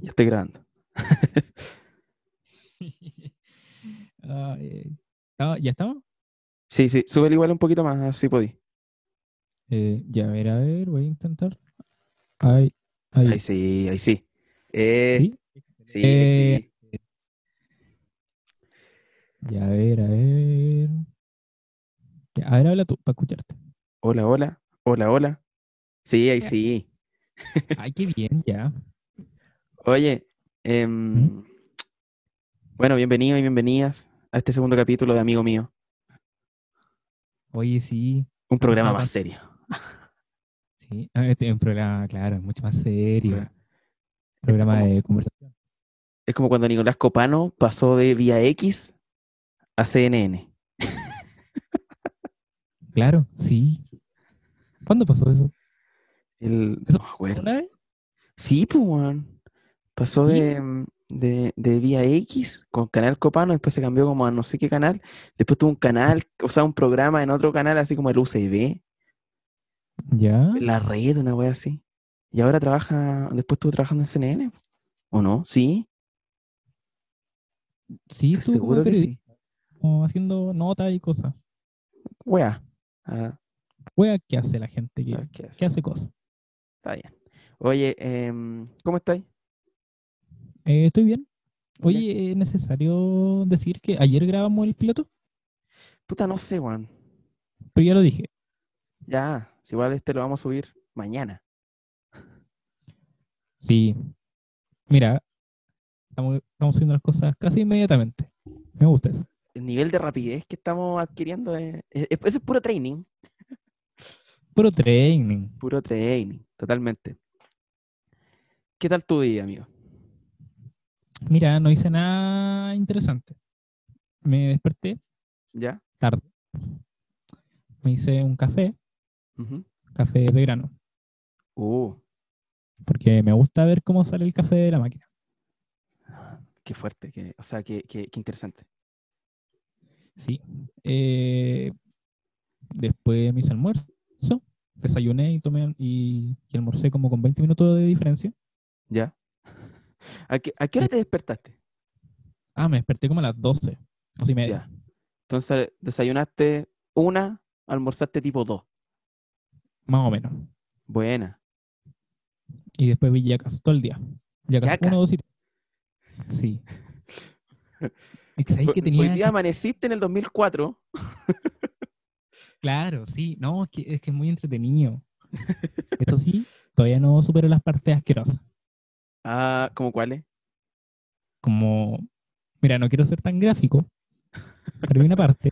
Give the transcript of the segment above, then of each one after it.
Ya estoy grabando. Ah, eh, ¿está- ¿Ya estamos? Sí, sí, súbele igual un poquito más, así podí. Eh, ya, a ver, a ver, voy a intentar. Ahí, ahí. Ahí sí, ahí sí. Eh, ¿Sí? sí, Eh, sí. Ya, a ver, a ver. Ya, a ver, habla tú, para escucharte. Hola, hola, hola, hola. Sí, ahí Ya. sí. Ay, qué bien, ya. Oye, em, bueno, bienvenidos y bienvenidas a este segundo capítulo de Amigo Mío, Oye, sí, un programa Pensaba más serio. sí. Ah, este es un programa, claro, es mucho más serio. Ajá. Este Programa como- de conversación. Es como cuando Nicolás Copano pasó de Vía X a CNN. Claro, sí. ¿Cuándo pasó eso? El, Eso- no me acuerdo. ¿Una vez? Sí, pues, weón. Pasó Sí. de, mm, de, de Vía X con Canal Copano, después se cambió como a no sé qué canal, después tuvo un canal, o sea, un programa en otro canal, así como el UCB, Ya. la red, una wea así. Y ahora trabaja, después estuvo trabajando en CNN, ¿o no? Sí, Sí, estoy estuvo como seguro que periodista, sí. como haciendo notas y cosas. Wea. Ah, Wea, ¿qué hace la gente? que ah, ¿qué hace? que hace cosas? Está bien. Oye, em, ¿cómo estáis? Eh, estoy bien. Oye, ¿es necesario decir que ayer grabamos el piloto? Puta, no sé, weón. Pero ya lo dije. Ya, si igual este lo vamos a subir mañana. Sí. Mira, estamos, estamos haciendo las cosas casi inmediatamente. Me gusta eso. El nivel de rapidez que estamos adquiriendo es- es- es- eso es puro training. Puro training. Puro training, totalmente. ¿Qué tal tu día, amigo? Mira, no hice nada interesante. Me desperté ¿Ya? tarde. Me hice un café, Ujú. café de grano, Uh, porque me gusta ver cómo sale el café de la máquina. qué fuerte, qué- o sea, qué, qué- qué interesante. Sí. Eh, después me hice almuerzo, desayuné y tomé al- y, y almorcé como con 20 minutos de diferencia. ¿Ya? ¿A qué, a qué hora te despertaste? Ah, me desperté como a las 12, 12 y media. Ya. Entonces, desayunaste una, almorzaste tipo dos. Más o menos. Buena. Y después vi Jackass todo el día. Jackass Jackass. 1, 2 y 3. Sí. Es que sabéis que Hoy- Hoy tenía... día amaneciste en el 2004. Claro, sí. No, es que es, que es muy entretenido. Eso sí, todavía no supero las partes asquerosas. Ah, ¿cómo cuáles? Como, mira, no quiero ser tan gráfico, pero hay una parte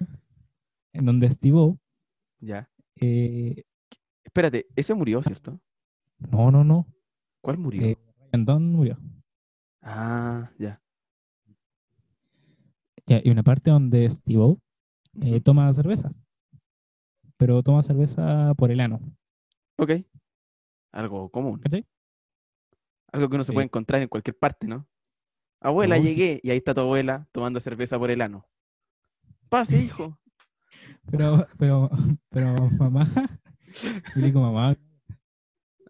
en donde Steve O, Ya. eh, Espérate, ese murió, ¿cierto? no, no, no, ¿Cuál murió? eh, Ryan Dunn murió. Ah, ya. Y hay una parte donde Steve O eh, Ujú. toma cerveza, pero toma cerveza por el ano. Ok. Algo común. ¿Cachai? Algo que uno se Eh, puede encontrar en cualquier parte, ¿no? Abuela, no, sí. llegué. Y ahí está tu abuela tomando cerveza por el ano. Pase, hijo. Pero, pero, pero mamá, y le digo mamá,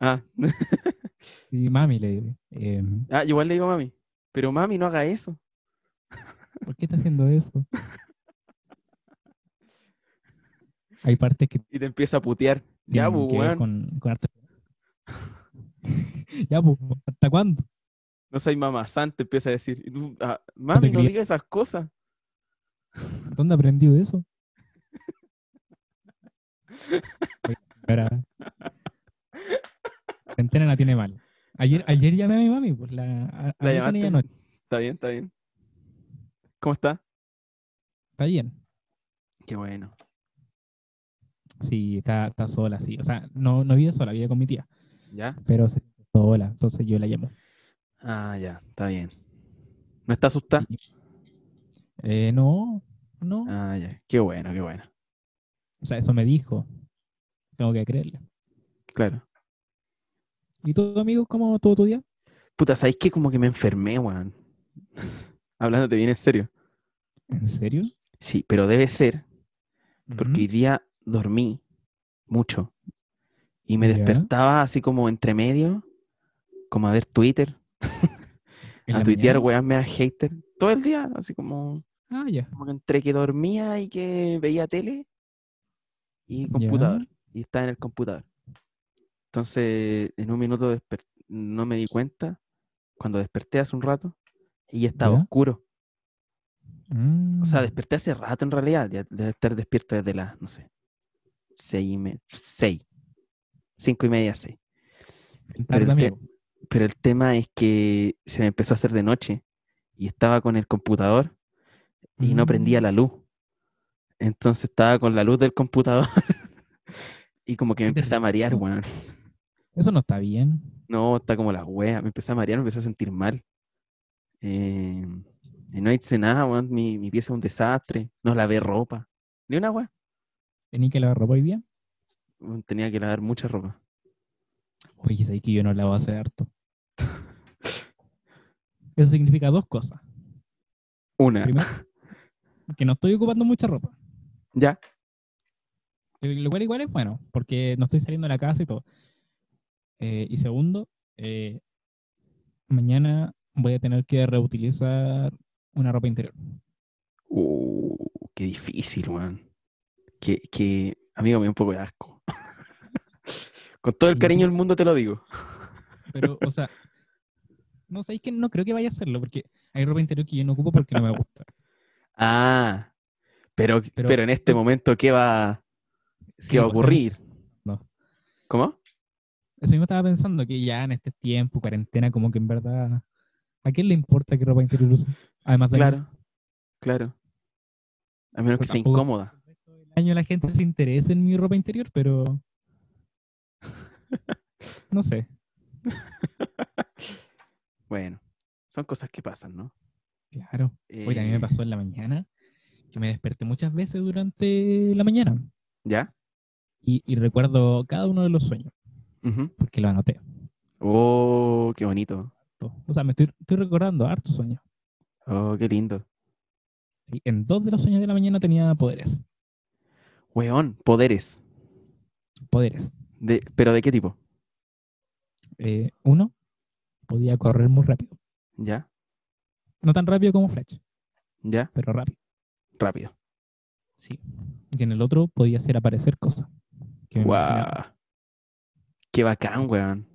Ah, y mami le digo, em, ah, igual le digo a mami. Pero mami, no haga eso. ¿por qué está haciendo eso? Hay partes que Y te empieza a putear. Ya, tienen pues, que ver weón. con, con arte. ya, pues, ¿hasta cuándo? No soy mamá santa, empieza a decir. Y tú, ah, mami, no quería- digas esas cosas. ¿Dónde aprendió eso? Oye, Ahora, la cuarentena la tiene mal. Ayer, ayer llamé a mi mami, pues la, a- La hablé con ella llamaste. anoche. Está bien, está bien. ¿Cómo está? Está bien. Qué bueno. Sí, está, está sola, sí. O sea, no, no vive sola, vive con mi tía. ¿Ya? pero se siente sola, entonces yo la llamo. Ah, ya, está bien. ¿No está asustada? Sí. Eh, no, no, Ah, ya. Qué bueno, qué bueno. o sea, eso me dijo, tengo que creerle. Claro. ¿Y tú, amigo, cómo todo tu día? Puta, ¿sabes qué? Como que me enfermé, weón. Hablándote bien en serio. ¿En serio? Sí, pero debe ser porque hoy Ujú. día dormí mucho y me Ya. despertaba así como entre medio, como a ver Twitter, Mm, En a la tuitear, mañana. weón, me da hater todo el día, así como, Ah, ya. como que entre que dormía y que veía tele y Ya. computador, y estaba en el computador. Entonces, en un minuto desper- no me di cuenta, cuando desperté hace un rato, y ya estaba Ya. oscuro. O sea, Mm, desperté hace rato en realidad, ya debe estar despierto desde las, no sé, seis y media, seis, cinco y media, seis. tarde, el te- amigo. Pero el tema es que se me empezó a hacer de noche y estaba con el computador y no prendía Mm. la luz. Entonces estaba con la luz del computador y como que me Qué empecé a marear, terrible. weón. Eso no está bien. No, está como la wea. Me empecé a marear, me empecé a sentir mal. Eh, y no hice nada, weón. Mi, mi pieza es un desastre. No lavé ropa. Ni una wea. ¿Tenía que lavar ropa hoy día? Weón, Tenía que lavar mucha ropa. Oye, sabes que yo no lavo hace harto. Eso significa dos cosas. Una. Primero, que no estoy ocupando mucha ropa. Ya. Eh, Lo cual igual es bueno, porque no estoy saliendo de la casa y todo. Eh, y segundo, eh, mañana voy a tener que reutilizar una ropa interior. Uh, qué difícil, weón. Que, que, amigo, me da un poco de asco. Con todo el Y cariño encima- del mundo te lo digo. Pero, o sea, no sé, es que no creo que vaya a hacerlo, porque hay ropa interior que yo no ocupo porque no me gusta. Ah, pero, pero, Pero- en este momento, ¿qué va, qué Sí, va a o sea, ocurrir? no. ¿Cómo? Eso mismo estaba pensando, que ya en este tiempo, cuarentena, como que en verdad, ¿a quién le importa qué ropa interior usa? Además de mí. Claro, claro. A menos que Pues sea tampoco- incómoda. el año la gente se interese en mi ropa interior, pero. No sé. Bueno, son cosas que pasan, ¿no? Claro. Oye, a mí Eh, me pasó en la mañana que me desperté muchas veces durante la mañana ¿Ya? y, y recuerdo cada uno de los sueños Ujú. porque lo anoté. Oh, qué bonito. todo. O sea, me estoy, estoy recordando hartos sueños. Oh, qué lindo. Sí, En dos de los sueños de la mañana tenía poderes. Weón, poderes. Poderes. De, ¿Pero de qué tipo? Eh, uno, podía correr muy rápido. ¿Ya? No tan rápido como Flash, ¿Ya? pero rápido. Rápido. Sí. Y en el otro podía hacer aparecer cosas. que me imaginaba. Guau. Qué bacán, weón.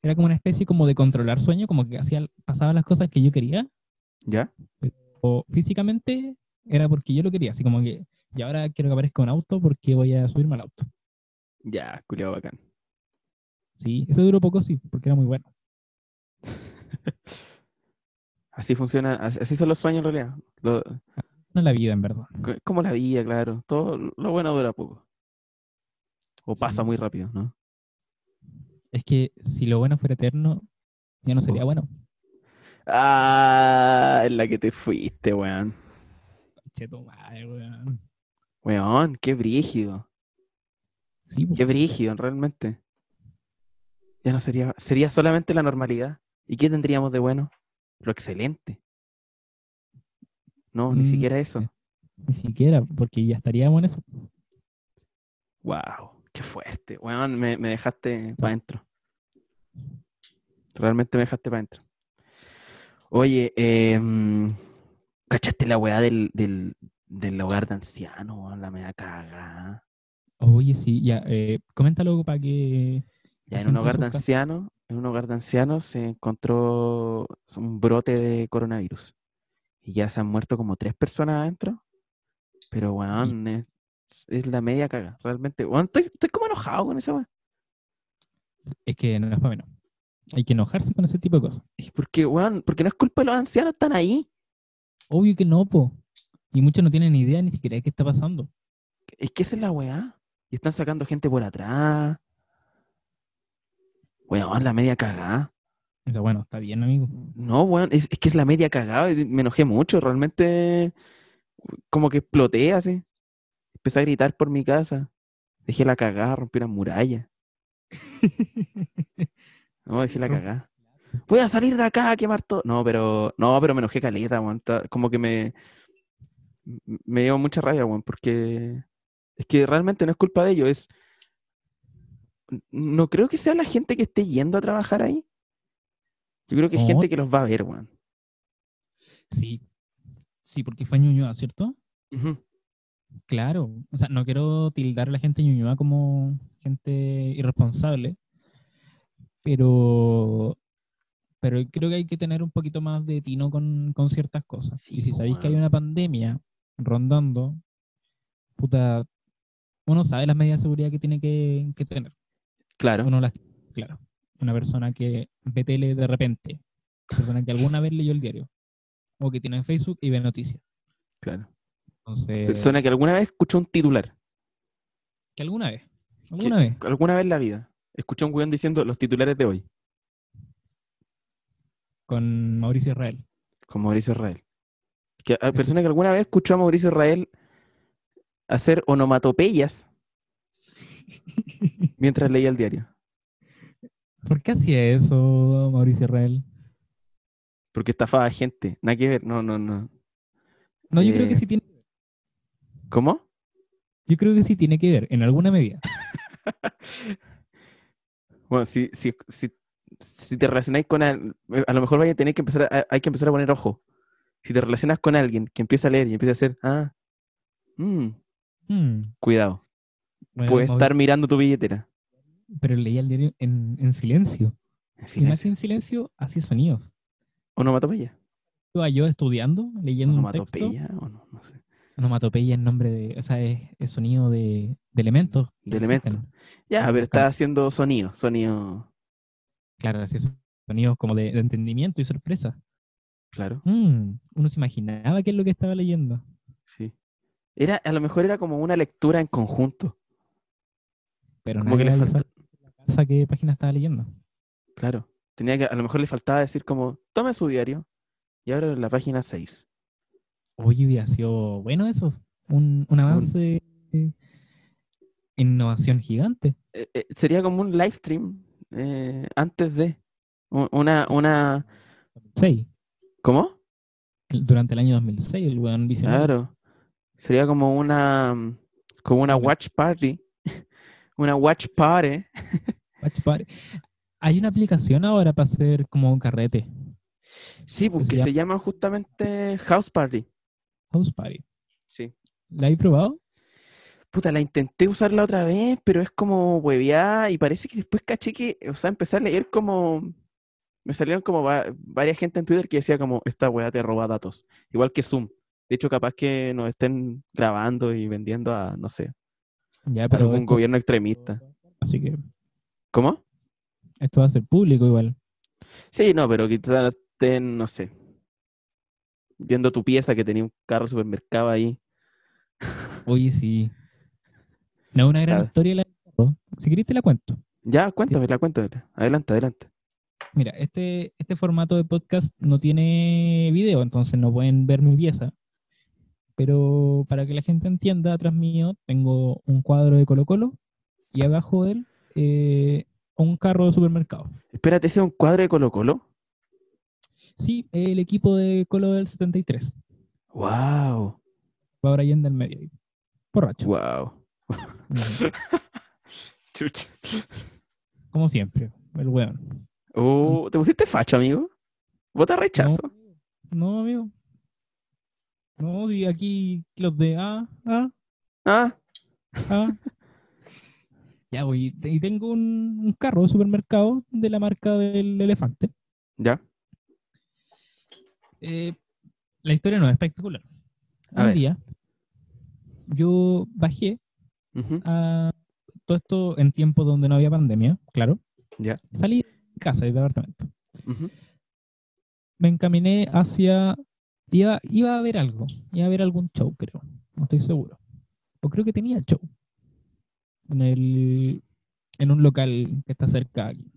Era como una especie como de controlar sueño, como que hacía, pasaba las cosas que yo quería, ¿Ya? o físicamente era porque yo lo quería, así como que, y ahora quiero que aparezca un auto porque voy a subirme al auto. Ya, culiao bacán. Sí, eso duró poco, sí, porque era muy bueno. Así funciona, as- así son los sueños en realidad. Lo- No la vida, en verdad. co- es como la vida, claro. Todo lo bueno dura poco. O pasa Sí. muy rápido, ¿no? Es que si lo bueno fuera eterno, ya no sería bueno. Ah, en la que te fuiste, weón. Che, tu madre, weón. Weón, qué brígido. Sí, po. Qué brígido, realmente. Ya no sería, sería solamente la normalidad. ¿Y qué tendríamos de bueno? Lo excelente. No, ni Mm, siquiera eso. eh. ni siquiera, porque ya estaríamos en eso. Wow, qué fuerte. Weón, me, me dejaste para adentro. Realmente me dejaste para adentro. Oye, eh, mm, ¿cachaste la weá del, del, del hogar de ancianos? weón? La media cagada. Oye, sí, ya, eh, coméntalo para que... Ya la en un gente hogar de sepa. ancianos, en un hogar de ancianos se encontró un brote de coronavirus. Y ya se han muerto como tres personas adentro. Pero weón, es, es la media caga. Realmente, weón, estoy, estoy como enojado con esa weá. Es que no es para menos. Hay que enojarse con ese tipo de cosas. Es porque, weón, porque no es culpa de los ancianos, están ahí. Obvio que no, po. Y muchos no tienen ni idea ni siquiera de qué está pasando. Es que esa es la weá. Y están sacando gente por atrás. Weón, la media cagada. O sea, bueno, está bien, amigo. No, weón, es, es que es la media cagada. y Me enojé mucho, realmente. Como que exploté así. Empecé a gritar por mi casa. Dejé la cagada, rompí una muralla. No, dejé la Rompe cagada. Voy a salir de acá a quemar todo. No, pero. No, pero me enojé caleta, weón. ta- Como que me. m- Me dio mucha rabia, weón, porque. Es que realmente no es culpa de ellos, es. n- No creo que sea la gente que esté yendo a trabajar ahí. Yo creo que hay No. gente que los va a ver, weón. Sí. Sí, porque fue Ñuñoa, ¿cierto? Ujú. Claro, o sea, no quiero tildar a la gente de Ñuñoa como gente irresponsable, pero, pero creo que hay que tener un poquito más de tino con, con ciertas cosas. Sí, y si po, sabéis que hay weón. una pandemia rondando, puta, uno sabe las medidas de seguridad que tiene que, que tener. Claro. Uno las, claro, una persona que ve tele de repente, una persona que alguna vez leyó el diario, o que tiene Facebook y ve noticias. Claro. Entonces, Persona que alguna vez escuchó un titular. que alguna vez, que alguna vez. Alguna vez en la vida. Escuchó un weón diciendo los titulares de hoy. con Mauricio Israel. con Mauricio Israel. Que hay Escucha. personas que alguna vez escuchó a Mauricio Israel hacer onomatopeyas mientras leía el diario. ¿Por qué hacía eso Mauricio Israel? Porque estafaba a gente. Nada que ver. No, no, no. No, yo creo que Eh. sí tiene, ¿Cómo? yo creo que sí tiene que ver, en alguna medida. Bueno, si, si, si, si te relacionáis con al- eh, a lo mejor vaya a tener que empezar a, hay que empezar a poner ojo. Si te relacionas con alguien que empieza a leer y empieza a hacer, ah, mm, Hmm, cuidado, bueno, puedes Eh, Mauricio- estar mirando tu billetera. Pero leía el diario en, en silencio. En Y más silencio. que en silencio, así sonidos. Onomatopeya. Estaba yo estudiando, leyendo un texto. Onomatopeya, o no, no sé. Onomatopeya es nombre de, o sea, es, es sonido de, de elementos. que De no elementos. existen. Ya, Estamos pero está buscando. haciendo sonido, sonido, Claro, así es, sonidos como de, de entendimiento y sorpresa. claro. Hmm, uno se imaginaba qué es lo que estaba leyendo. Sí. Era, a lo mejor era como una lectura en conjunto. Pero Como nadie que le va a falta- saber qué página estaba leyendo. Claro. Tenía que, a lo mejor le faltaba decir como, tome su diario y ahora la página 6. Oye, hubiera sido bueno eso. Un, un avance, eh, innovación gigante. Eh, eh, sería como un live stream eh, antes de u- una, una, Sí, ¿cómo? el- durante el año 2006, el weón visionario. Claro. Sería como una, mm, como una Una- watch party. Una watch party. Watch party. Hay una aplicación ahora para hacer como un carrete, Sí, porque llama- se llama justamente House Party. House Party. Sí. ¿La habéis probado? Puta, la intenté usar la otra vez, pero es como hueveada y parece que después caché que, o sea, empecé a leer como... Me salieron como va- varias gente en Twitter que decía como, esta weá te roba datos. Igual que Zoom. De hecho, capaz que nos estén grabando y vendiendo a, no sé, Ya, a pero algún esto- gobierno extremista. Así que ¿Cómo? esto va a ser público igual. Sí, no, pero quizás estén, no sé, viendo tu pieza que tenía un carro de supermercado ahí. Oye, sí. No es una gran Claro. historia la del carro. Si queréis te la cuento. Ya, cuéntamela, cuéntamela. Adelante, adelante. Mira, este, este formato de podcast no tiene video, entonces no pueden ver mi pieza. Pero para que la gente entienda, atrás mío tengo un cuadro de Colo Colo y abajo de él eh, un carro de supermercado. Espérate, ese es un cuadro de Colo Colo. Sí, el equipo de Colo del 73. Wow, Va Allende al medio ahí. Borracho. wow. Ujú. Como siempre, el weón. Oh, ¿te pusiste facho, amigo? ¿Vota rechazo? No, amigo. No, y aquí los de A, A, Ah, Ah. Ya voy. Y tengo un, un carro de supermercado de la marca del elefante. ya. Eh, la historia no es espectacular. A Un ver. día yo bajé Ujú, a todo esto en tiempos donde no había pandemia, claro. Ya. Salí de casa, del apartamento. ujú. Me encaminé hacia... Iba, iba a ver algo. Iba a ver algún show, creo. No estoy seguro. O creo que tenía show. En el... En un local que está cerca aquí.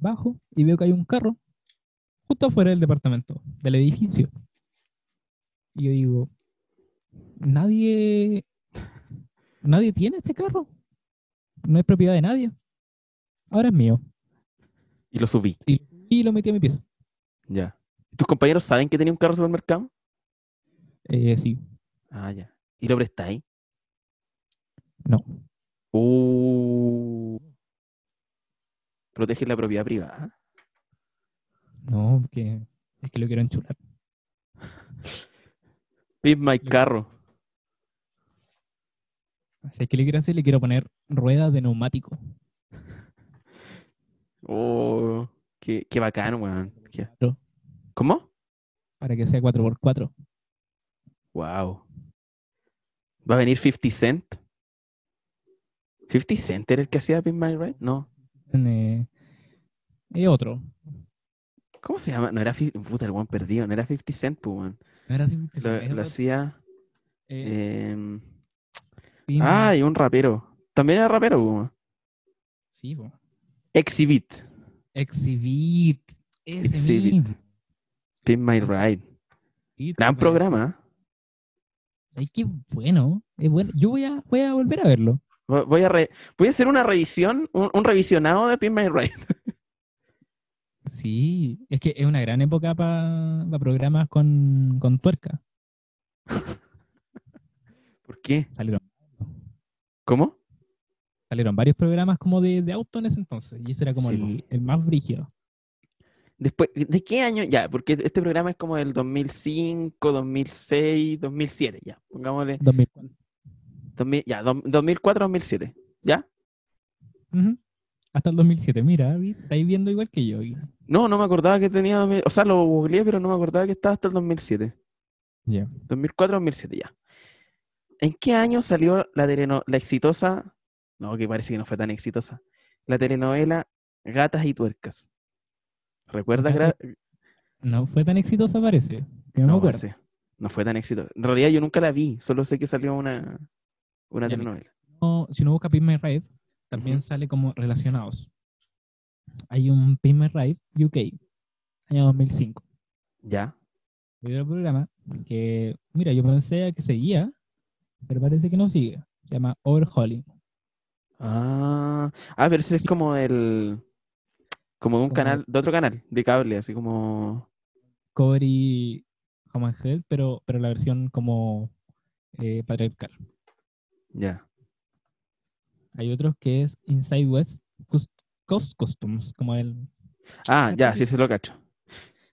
bajo y veo que hay un carro justo afuera del departamento, del edificio. Y yo digo, nadie, nadie tiene este carro. No es propiedad de nadie. Ahora es mío. Y lo subí, Y lo metí a mi pieza. ya. ¿Tus compañeros saben que tenía un carro de supermercado? Eh, sí, Ah, ya. ¿Y lo prestáis? no. Uh. Protege la propiedad privada. No, porque es que lo quiero enchular. Pip my carro. Así que le quiero hacer, le quiero poner ruedas de neumático. Oh, qué, qué bacán, weón. Qué- Claro. ¿Cómo? Para que sea 4x4. Wow. ¿Va a venir 50 Cent? ¿50 Cent era el que hacía Pimp My Ride? No. Eh, y otro. ¿Cómo se llama? No era 50 Puta, el weón perdido. No era 50 Cent, pues, weón. No era así, Lo, es lo otro, hacía. eh, em, Pin- Ah, y un rapero. También era rapero, pues, weón. Sí, po. Exhibit. Exhibit. Ese Exhibit. mismo. Pimp My Ese. Ride. Sí, Gran parece. programa. ¿eh? Ay, qué bueno. Es bueno. Yo voy a, voy a volver a verlo. Vo- Voy a, re- voy a hacer una revisión, un, un revisionado de Pimp My Ride. Sí, es que es una gran época para programas con, con tuerca. ¿Por qué? Salieron, ¿Cómo? salieron varios programas como de, de auto en ese entonces. Y ese era como Sí, el, el más brígido. Después, ¿de qué año? Ya, porque este programa es como del 2005, 2006, 2007, ya. Pongámosle, 2004. 2000, ya, do- 2004, 2007, ¿ya? Ujú. Hasta el 2007. Mira, vi- estáis viendo igual que yo. Ya. No, no me acordaba que tenía, 2000 o sea, lo googleé, pero no me acordaba que estaba hasta el 2007. 2004, 2007, ya. ¿En qué año salió la teleno- la exitosa, no, que parece que no fue tan exitosa, la telenovela Gatas y Tuercas? ¿Recuerdas, Gatas Gra- No fue tan exitosa, parece. Que no, me acuerdo. parece. No fue tan exitosa. En realidad yo nunca la vi, solo sé que salió una, una Ya, Ah. me- telenovela. no- si uno busca Pin My Ride, también Ujú. sale como relacionados. Hay un Pin My Ride UK, año 2005. Ya. Era un programa que, mira, yo pensé que seguía, pero parece que no sigue. Se llama Overhauling. Ah, ah, pero eso es Sí. como del, como de un Como- canal, de otro canal, de cable, así como, Covery Home and Health, pero, pero la versión como eh, patriarcal. ya. Hay otros que es Inside West Cus- Cost Customs, como el. Ah, Ah, ya, pues sí sí. se lo cacho.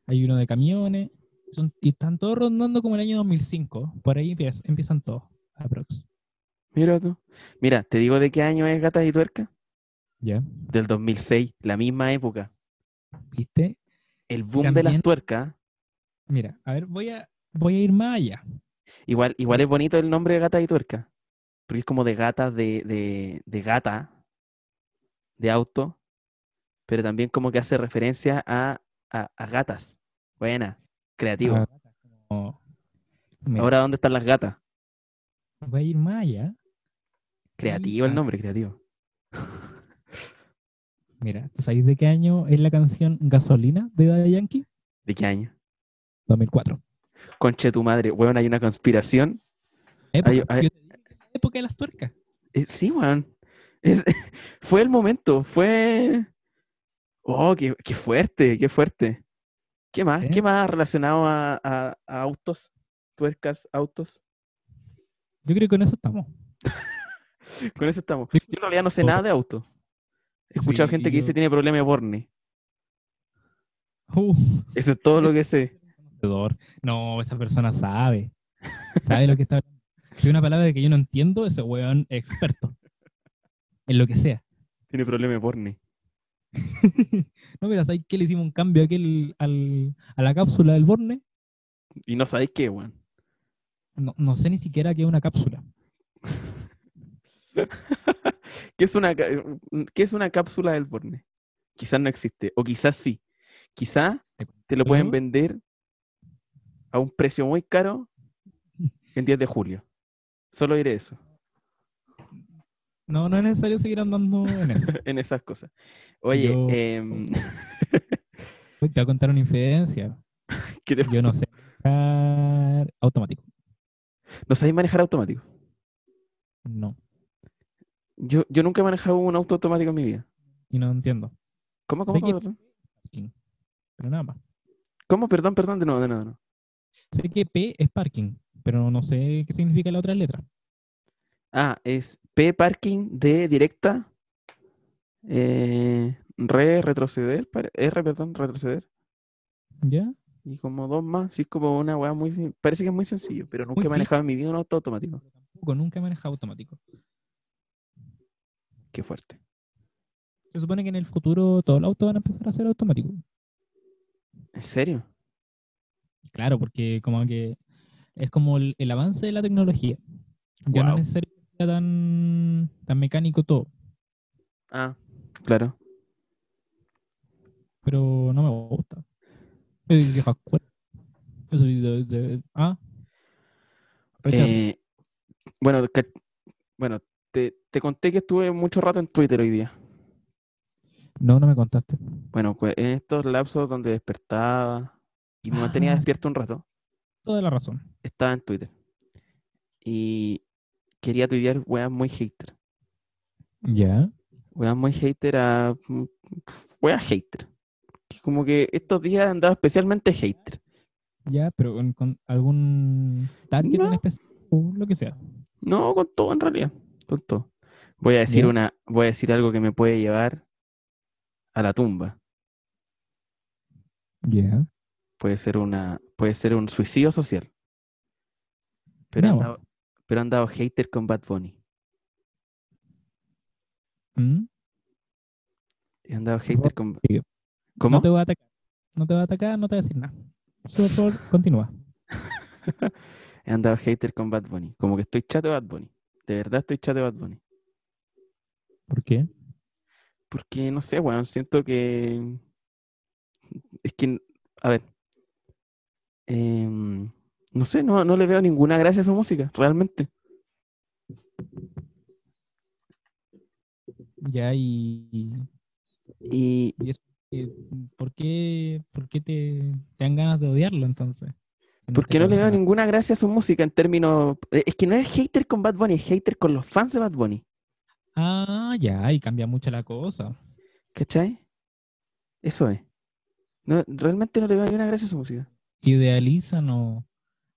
Hay uno de camiones. Son, y están todos rondando como el año 2005. Por ahí empiez- empiezan todos, aprox. Mira tú. Mira, te digo de qué año es Gatas y Tuercas. Ya, Del 2006, la misma época. ¿viste? El boom de las También- tuercas. Mira, a ver, voy a, voy a ir más allá. Igual, igual es bonito el nombre de Gatas y Tuercas. Porque es como de gata, de, de, de gata, de auto. Pero también como que hace referencia a, a, a gatas. Buena, creativo. Ah, como- mira, Ahora, ¿dónde están las gatas? voy a ir más allá. Creativo el ah. nombre, creativo. Mira, ¿tú ¿sabéis de qué año es la canción Gasolina de Daddy Yankee? ¿De qué año? 2004. Conche tu madre, weón, hay una conspiración. Época, Ay, ay. yo te dije que era la época de las tuercas. Eh, sí, weón. Es- fue el momento, fue. Oh, qué, qué fuerte, qué fuerte. ¿Qué más? Sí. ¿Qué más relacionado a, a- a autos? Tuercas, autos. Yo creo que con eso estamos. Con eso estamos. Yo en realidad no sé Todo. nada de autos. He escuchado Sí, gente que yo- dice tiene problema de Borne. Uh, Eso es todo lo que sé. conocedor. no, esa persona sabe. Sabe lo que está hablando. Si hay una palabra que yo no entiendo, ese weón es experto. En lo que sea. Tiene problema de Borne. no, mira, ¿sabéis que le hicimos un cambio a aquel, al, a la cápsula del Borne? Y no sabéis qué, weón. No, no sé ni siquiera qué es una cápsula. ¿Qué es una, ca- eh, mm, qué es una cápsula del Borne? Quizás no existe, o quizás sí. Quizás Te te lo pueden compro- vender a un precio muy caro en 10 de julio. Solo diré eso, No, no es necesario seguir andando en eso. en esas cosas. Oye, Yo- em, Uy, Te voy a contar una infidencia. ¿qué te Yo no pasa? sé manejar automático. ¿No sabéis manejar automático? No. Yo, yo nunca he manejado un auto automático en mi vida. Y no entiendo. ¿Cómo, cómo, Sé que- cómo, perdón? Parking. Pero nada más. ¿Cómo? Perdón, perdón, de nuevo, de nuevo, de nuevo. Sé que P es parking, pero no sé qué significa la otra letra. Ah, es P parking, D directa, eh, re retroceder, pare- R, perdón, retroceder. ¿Ya? Y como dos más, sí, es como una weá muy. sen- Parece que es muy sencillo, pero nunca he sí. manejado en mi vida un auto automático. Tampoco, nunca he manejado automático. Qué fuerte. Se supone que en el futuro todos los autos van a empezar a ser automáticos. ¿En serio? Claro, porque como que es como el, el avance de la tecnología. Ya no Guau. es necesario que sea tan, tan mecánico todo, Ah, claro. pero no me gusta. Yo soy viejo escuela. Yo soy de- de- ah, rechazo. Eh, bueno, ca- bueno te, te conté que estuve mucho rato en Twitter hoy día. No, no me contaste. Bueno, pues, en estos lapsos donde despertaba y me mantenía Ah, sí. despierto un rato, Toda la razón. estaba en Twitter. Y quería tuitear weas muy hater. Ya. Weas muy hater a. mm, Weas hater. Que Como que estos días andaba especialmente hater. Ya, pero con, con algún target No. en específico, lo que sea. No, con todo en realidad. Con todo. Voy a decir Ya. una. Voy a decir algo que me puede llevar a la tumba. Ya. Puede ser una. Puede ser un suicidio social. Pero han Veamos. dado, pero han dado hater con Bad Bunny. ¿Mm? Han dado hater con. sigue. ¿Cómo? No te voy a atacar. No te voy a atacar, no te voy a decir nada. Por favor, continúa. He andado hater con Bad Bunny. Como que estoy chato de Bad Bunny. De verdad estoy chato de Bad Bunny. ¿Por qué? Porque no sé, weón. Siento que. Es que. A ver. em, no sé, no, no le veo ninguna gracia a su música, realmente. Ya, y, y- Y eh, ¿por qué, por qué te, te dan ganas de odiarlo entonces? Si porque te no le veo causa- ninguna gracia a su música en términos. eh, Es que no es hater con Bad Bunny, es hater con los fans de Bad Bunny. Ah, ya, y cambia mucho la cosa. ¿Cachai? Eso es. No, realmente no le veo ninguna gracia a su música. Idealizan o,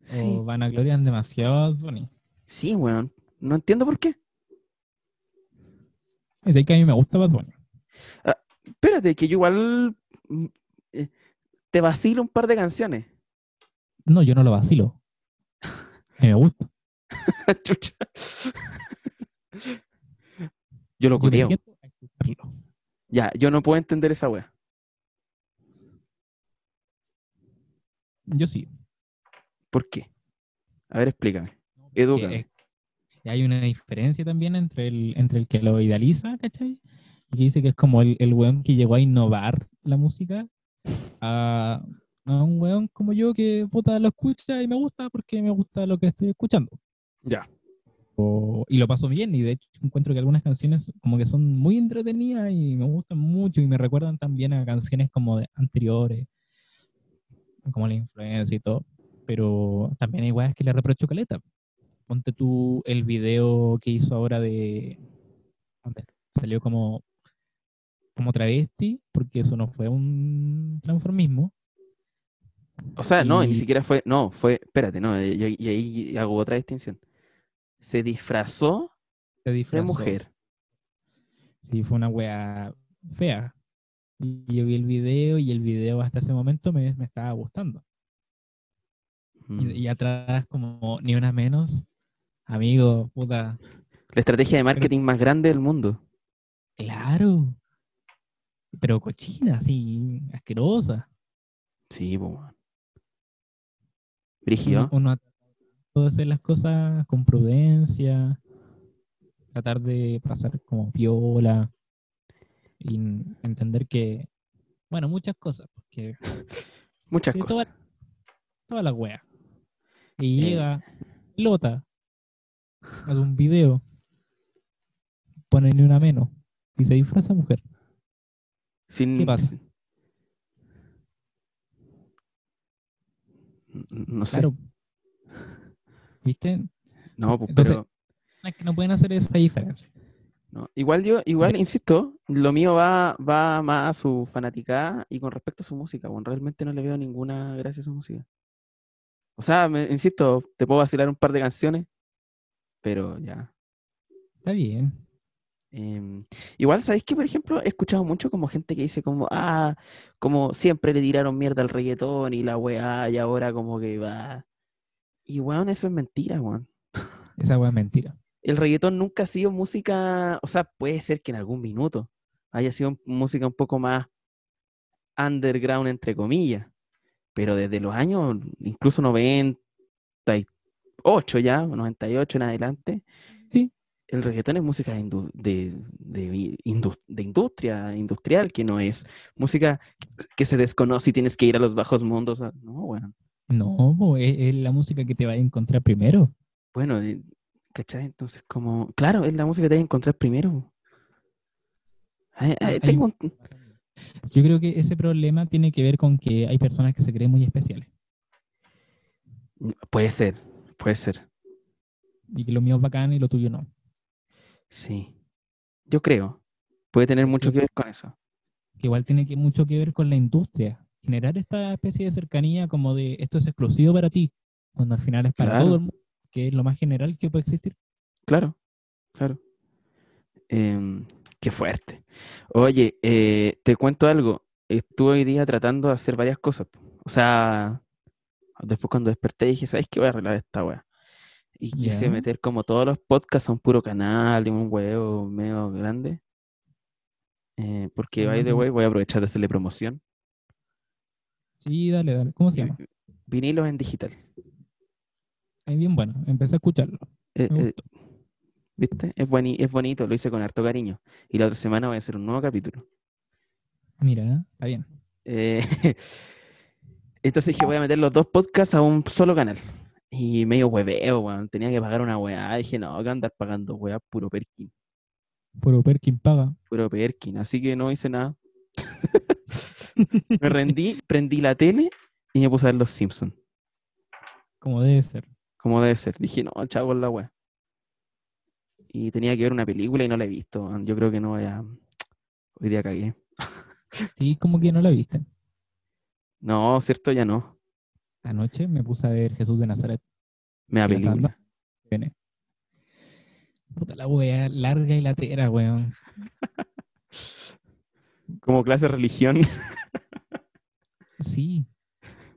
Sí, o vanaglorian demasiado a Bad Bunny. sí, weón. No entiendo por qué. Es ahí que a mí me gusta Bad Bunny. Espérate, que yo igual mm, eh, te vacilo un par de canciones. No, yo no lo vacilo. A mí me gusta. Ah, Chucha. Yo lo Yo me creo. siento a escucharlo. Ya, yo no puedo entender esa wea. Yo sí. ¿Por qué? A ver, explícame. Que Edúcame. es- que hay una diferencia también entre el, entre el que lo idealiza, ¿cachai? Y que dice que es como el, el weón que llegó a innovar la música a, a un weón como yo que puta lo escucha y me gusta porque me gusta lo que estoy escuchando. Ya. O- y lo paso bien y de hecho encuentro que algunas canciones como que son muy entretenidas y me gustan mucho y me recuerdan también a canciones como de anteriores, como la influencia y todo. Pero también hay weas que le reprocho caleta. Ponte tú el video que hizo ahora de... donde Salió como, como travesti, porque eso no fue un transformismo. O sea, no, y ni Y- siquiera fue. No, fue. Espérate, no. Y, y- y ahí hago otra distinción. Se disfrazó Se de disfrazó, mujer. Sí, fue una wea fea. Y yo vi el video y el video hasta ese momento me, me estaba gustando. Y, Mm. y atrás como ni una menos. Amigo, puta. La estrategia de marketing más grande del mundo. Claro. Pero cochina, así, asquerosa. Sí, po, weón. Uno, Brígido. uno ha- puede hacer las cosas con prudencia. Tratar de pasar como viola. Y n- entender que, bueno, muchas cosas. Porque Muchas de cosas. toda- toda la wea. Y Eh. llega, pelota, hace un video, pone ni una menos y se disfraza mujer. Sin, ¿Qué pasa? sin- N- No sé. Claro. ¿Viste? No, pues, Entonces- pero. Es que no pueden hacer esa diferencia. no. Igual yo, igual, insisto, lo mío va, va más a su fanaticada y con respecto a su música, bueno, realmente no le veo ninguna gracia a su música. O sea, me- insisto, te puedo vacilar un par de canciones, pero ya. Está bien. Em, igual, ¿sabéis que, por ejemplo, he escuchado mucho como gente que dice como, ah, como siempre le tiraron mierda al reggaetón y la weá, y ahora como que va. Y weón, eso es mentira, weón. Esa weá es mentira. El reggaetón nunca ha sido música, o sea, puede ser que en algún minuto haya sido un- música un poco más underground, entre comillas, pero desde los años, incluso 98 ya, 98 en adelante, Sí. el reggaetón es música de, indu- de, de i- indus- de industria, industrial, que no es música que se desconoce y tienes que ir a los bajos mundos. a- No, weón. No, po, es, es la música que te vas a encontrar primero. Bueno, eh, ¿cachai? Entonces, como, claro, es la música que te vas a encontrar primero. Ay, ay, hay tengo un- Yo creo que ese problema tiene que ver con que hay personas que se creen muy especiales Puede ser, puede ser, y que lo mío es bacán y lo tuyo no. sí. Yo creo. Puede tener mucho que creo ver con eso. Que igual tiene que, mucho que ver con la industria. Generar esta especie de cercanía como de esto es exclusivo para ti, cuando al final es para Claro. todo el mundo, que es lo más general que puede existir. Claro, claro. Em, qué fuerte. Oye, eh, te cuento algo. Estuve hoy día tratando de hacer varias cosas. po. O sea, después cuando desperté dije, ¿sabes qué? Voy a arreglar esta wea. Y quise Ya. meter como todos los podcasts a un puro canal y un huevo medio grande. Eh, porque, by the Mm. way, voy a aprovechar de hacerle promoción. Sí, dale, dale. ¿Cómo se Vi- llama? Vinilos en digital. Es bien bueno. Empecé a escucharlo. Eh, Me eh, ¿viste? Es, bueni- es bonito, lo hice con harto cariño. Y la otra semana voy a hacer un nuevo capítulo. Mira, está bien. Eh, entonces dije, voy a meter los dos podcasts a un solo canal. Y medio hueveo, weón. Tenía que pagar una weá. Dije, no, que andar pagando weá, puro Perkin. Por Perkin paga. Puro Perkin. Así que no hice nada. me rendí, prendí la tele y me puse a ver Los Simpsons. Como debe ser. Como debe ser. Dije, no, chavo con la weá. Y tenía que ver una película y no la he visto. weón. Yo creo que no vaya. Hoy día cagué. Sí, como que no la viste. No, cierto, ya no. Anoche me puse a ver Jesús de Nazaret. Me da ¿Y la tabla? película. Viene. Puta la wea, larga y latera, weón. Como clase de religión. Sí.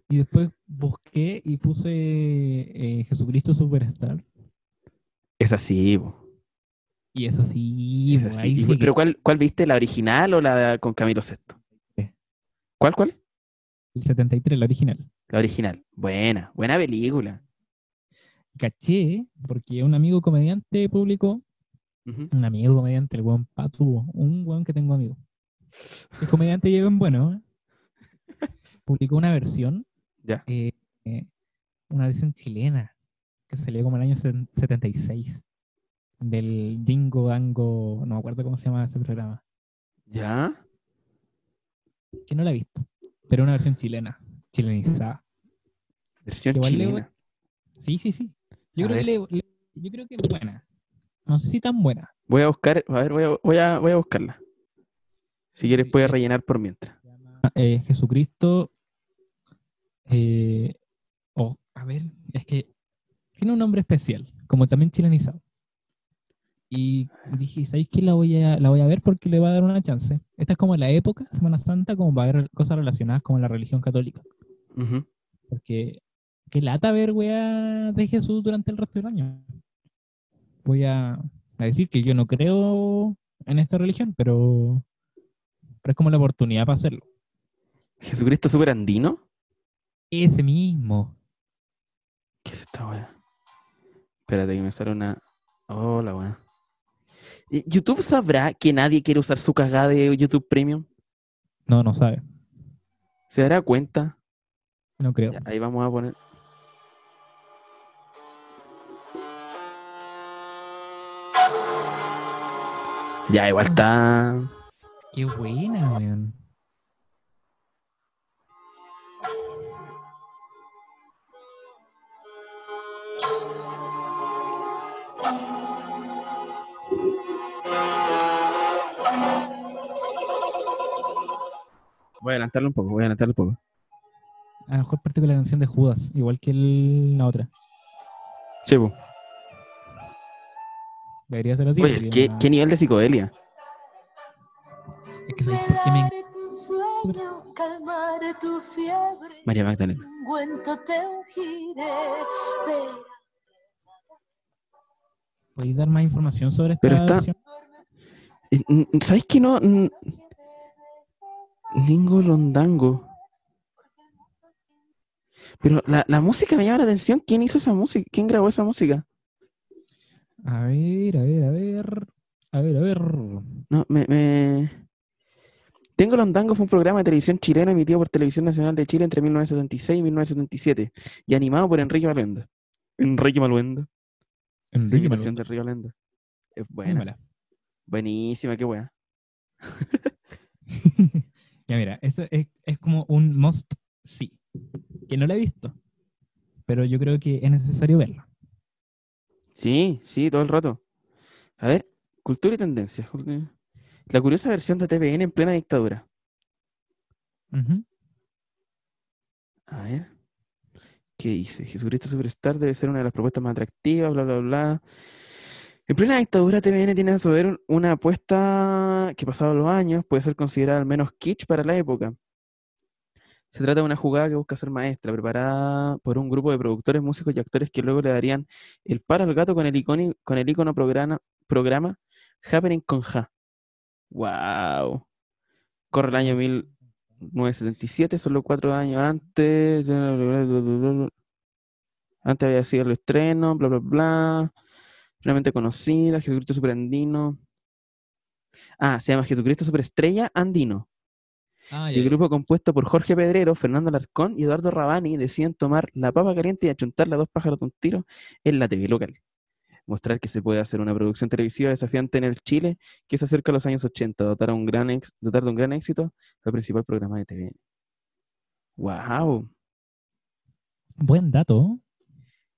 Y después busqué y puse eh, Jesucristo Superstar. Es así, po. Y es así, Es weón, así. ahí Y- sí que- ¿Pero cuál, cuál viste? ¿La original o la con Camilo VI? Sí. ¿Cuál, cuál? el 73, la original. La original. Buena, buena película. Caché, porque un amigo comediante público, Ujú. un amigo comediante, el weón Patubo, un weón que tengo amigo. El comediante llega en bueno, ¿eh? publicó una versión Ya. eh, eh, una versión chilena que salió como en el año seten- 76 del Dingo Dango, no me acuerdo cómo se llama ese programa, ¿Ya? que no la he visto, pero una versión chilena, chilenizada. Versión Igual le- chilena. Sí, sí, sí. A Yo, creo que, le- le- yo creo que es buena. No sé si tan buena. Voy a buscar, a ver, voy a, voy a, voy a buscarla. Si quieres Sí, puedes eh. rellenar por mientras. Eh, Jesucristo. eh, oh, a ver, es que tiene un nombre especial, como también chilenizado. Y dije, ¿sabéis qué? La voy, a, la voy a ver porque le voy a dar una chance. Esta es como la época, Semana Santa, como para ver cosas relacionadas con la religión católica. Ujú. Porque qué lata ver weá de Jesús durante el resto del año. Voy a, a decir que yo no creo en esta religión, pero, pero es como la oportunidad para hacerlo. ¿Jesucristo superandino? Ese mismo. ¿Qué es esta weá? Espérate que me sale una. Hola, la weá. Eh, ¿YouTube sabrá que nadie quiere usar su cagada de YouTube Premium? No, no sabe. ¿Se dará cuenta? No creo. Ya, ahí vamos a poner. Ya, igual está. Qué buena, weón. Voy a adelantarlo un poco, voy a adelantarlo un poco. A lo mejor parte con la canción de Judas, igual que el- la otra. Sí, po. Debería ser así. Oye, porque ¿qué, una- qué nivel de psicodelia? Es que, ¿sabes por qué me- tu sueño, calmaré tu fiebre. María Magdalena. Ungüento te ungiré. Ven, ¿Podéis dar más información sobre esta Pero está- versión? Eh, n- n- ¿Sabes qué no? N- Ningo Londango. Pero la, la música me llama la atención. ¿Quién hizo esa música? ¿Quién grabó esa música? A ver, a ver, a ver. A ver, a ver. No, me, me... Tengo Londango fue un programa de televisión chileno emitido por Televisión Nacional de Chile entre 1976 y 1977 y animado por Enrique Maluenda. Enrique Maluenda. Sí, Enrique la Malú. canción de Enrique Maluenda. Es buena, Mala. buenísima, qué buena. ya mira, eso es, es como un must sí. Que no la he visto. Pero yo creo que es necesario verla. Sí, sí, todo el rato. A ver, cultura y tendencias. Jul- La curiosa versión de TVN en plena dictadura. Ujú. A ver. ¿Qué dice? Jesucristo Superstar debe ser una de las propuestas más atractivas, bla, bla, bla. En plena dictadura, TVN tiene a su ver un- una apuesta que pasados los años puede ser considerada al menos kitsch para la época. Se trata de una jugada que busca ser maestra, preparada por un grupo de productores, músicos y actores que luego le darían el paro al gato con el, iconi- con el icono programa, programa Happening con Ja. ¡Wow! Corre el año 1000. 977, solo cuatro años antes. bla, bla, bla, bla, bla, bla. Antes había sido el estreno, bla, bla, bla. Realmente conocida, Jesucristo Superandino. Ah, se llama Jesucristo Superestrella Andino. Ah, Y el grupo compuesto por Jorge Pedrero, Fernando Alarcón y Eduardo Rabani deciden tomar la papa caliente y achuntarle a dos pájaros de un tiro en la TV local. Mostrar que se puede hacer una producción televisiva desafiante en el Chile que se acerca a los años 80, dotar, a un gran ex- dotar de un gran éxito al principal programa de TVN. ¡Wow! Buen dato.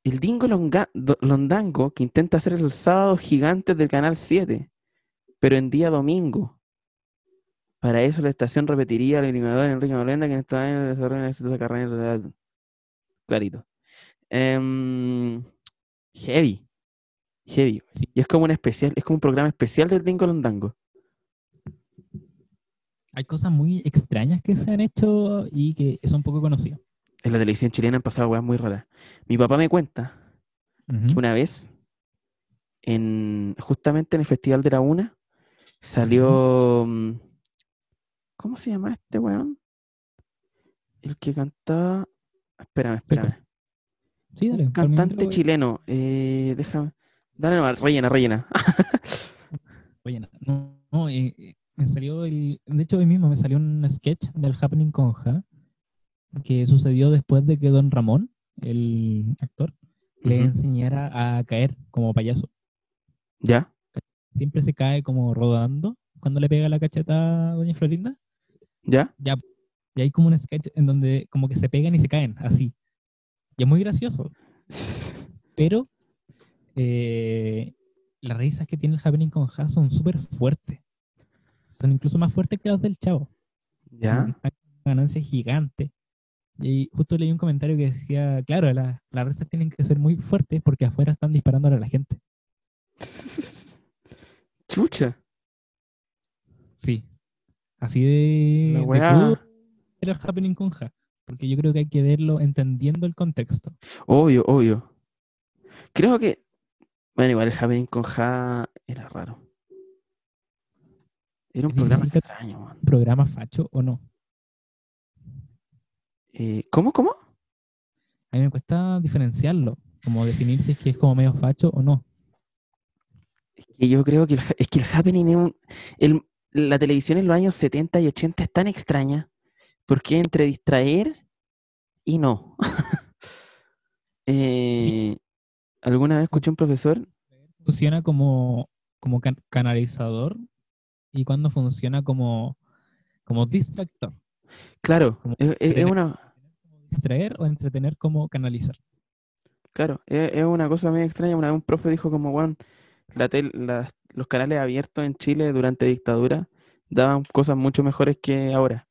El Dingo Longa- Do- Londango que intenta hacer el sábado gigante del Canal 7, pero en día domingo. Para eso la estación repetiría al animador Enrique Morena, que en estos años desarrolla una exitosa carrera de edad. Clarito. Em, heavy. Heavy. Sí. Y es como un especial, es como un programa especial del Dingo Londango. Hay cosas muy extrañas que se han hecho y que son poco conocidas. En la televisión chilena han pasado weas muy raras. Mi papá me cuenta Ujú. que una vez, en, justamente en el Festival de la Una, salió. mm, ¿Cómo se llama este weón? El que cantaba. Espérame, cosa? espérame. Sí, pues, dale, Un por mi cantante mente lo voy- chileno. eh, déjame. Dale nomás, rellena, rellena. Oye, no, no, no, eh, eh, me salió el, de hecho hoy mismo me salió un sketch del Happening con Ja que sucedió después de que Don Ramón, el actor, le Ujú. enseñara a caer como payaso. ¿Ya? Siempre se cae como rodando cuando le pega la cacheta a Doña Florinda. ¿Ya? Ya, y hay como un sketch en donde como que se pegan y se caen, así. Y es muy gracioso, pero eh, las risas que tiene el Happening con Ja son súper fuertes. Son incluso más fuertes que las del Chavo. ¿Ya? Una ganancia gigante. Y justo leí un comentario que decía, claro, la- las risas tienen que ser muy fuertes porque afuera están disparando a la gente. Chucha. Sí. Así de, La de weá. crudo era el happening con Ja. Porque yo creo que hay que verlo entendiendo el contexto. Obvio, obvio. Creo que. Bueno, igual el Happening con Ja era raro. Era un Es programa difícil que- extraño, man. ¿Programa facho o no? Eh, ¿Cómo, cómo? A mí me cuesta diferenciarlo. Como definir si es que es como medio facho o no. Es que yo creo que el, ha- es que el happening es un- el- la televisión en los años 70 y 80 es tan extraña. Porque entre distraer y no. Eh, alguna vez escuché a un profesor, Funciona como, como can- canalizador y cuando funciona como, como distractor. claro, Como es, es- es entretener. una, distraer o entretener como canalizar. claro, es, es una cosa medio extraña. Una vez un profe dijo como, bueno, la tel- las- los canales abiertos en Chile durante dictadura daban cosas mucho mejores que ahora.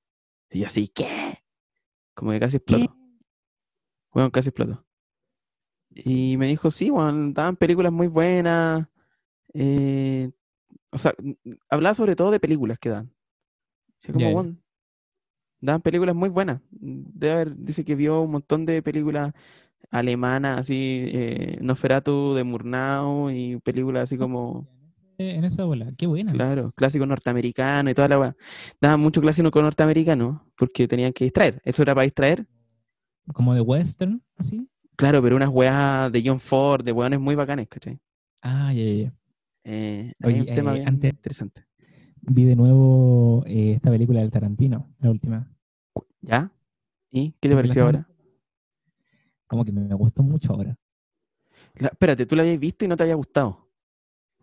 Y yo así, ¿qué? Como que casi explotó. Bueno, casi explotó. Y me dijo, sí, weón, daban películas muy buenas, eh, o sea, n- n- hablaba sobre todo de películas que dan. O sea, como, Ya, ya. weón, dan películas muy buenas. Debe haber- dice que vio un montón de películas alemanas, así, eh, Nosferatu de Murnau y películas así como, Eh, en esa bola. Qué buena. claro, clásico norteamericano y toda la weá. Daban mucho clásico norteamericano porque tenían que distraer. Eso era para distraer. Como de western, así. Claro, pero unas weas de John Ford, de weones muy bacanes, ¿cachai? Ah, ya, ya, ya. Eh, había Oye, un tema eh, bien antes- interesante. Vi de nuevo eh, esta película del Tarantino, la última. ¿Ya? ¿Y qué te Porque la pareció estaba- ahora? Como que me gustó mucho ahora. La- espérate, tú la habías visto y no te había gustado.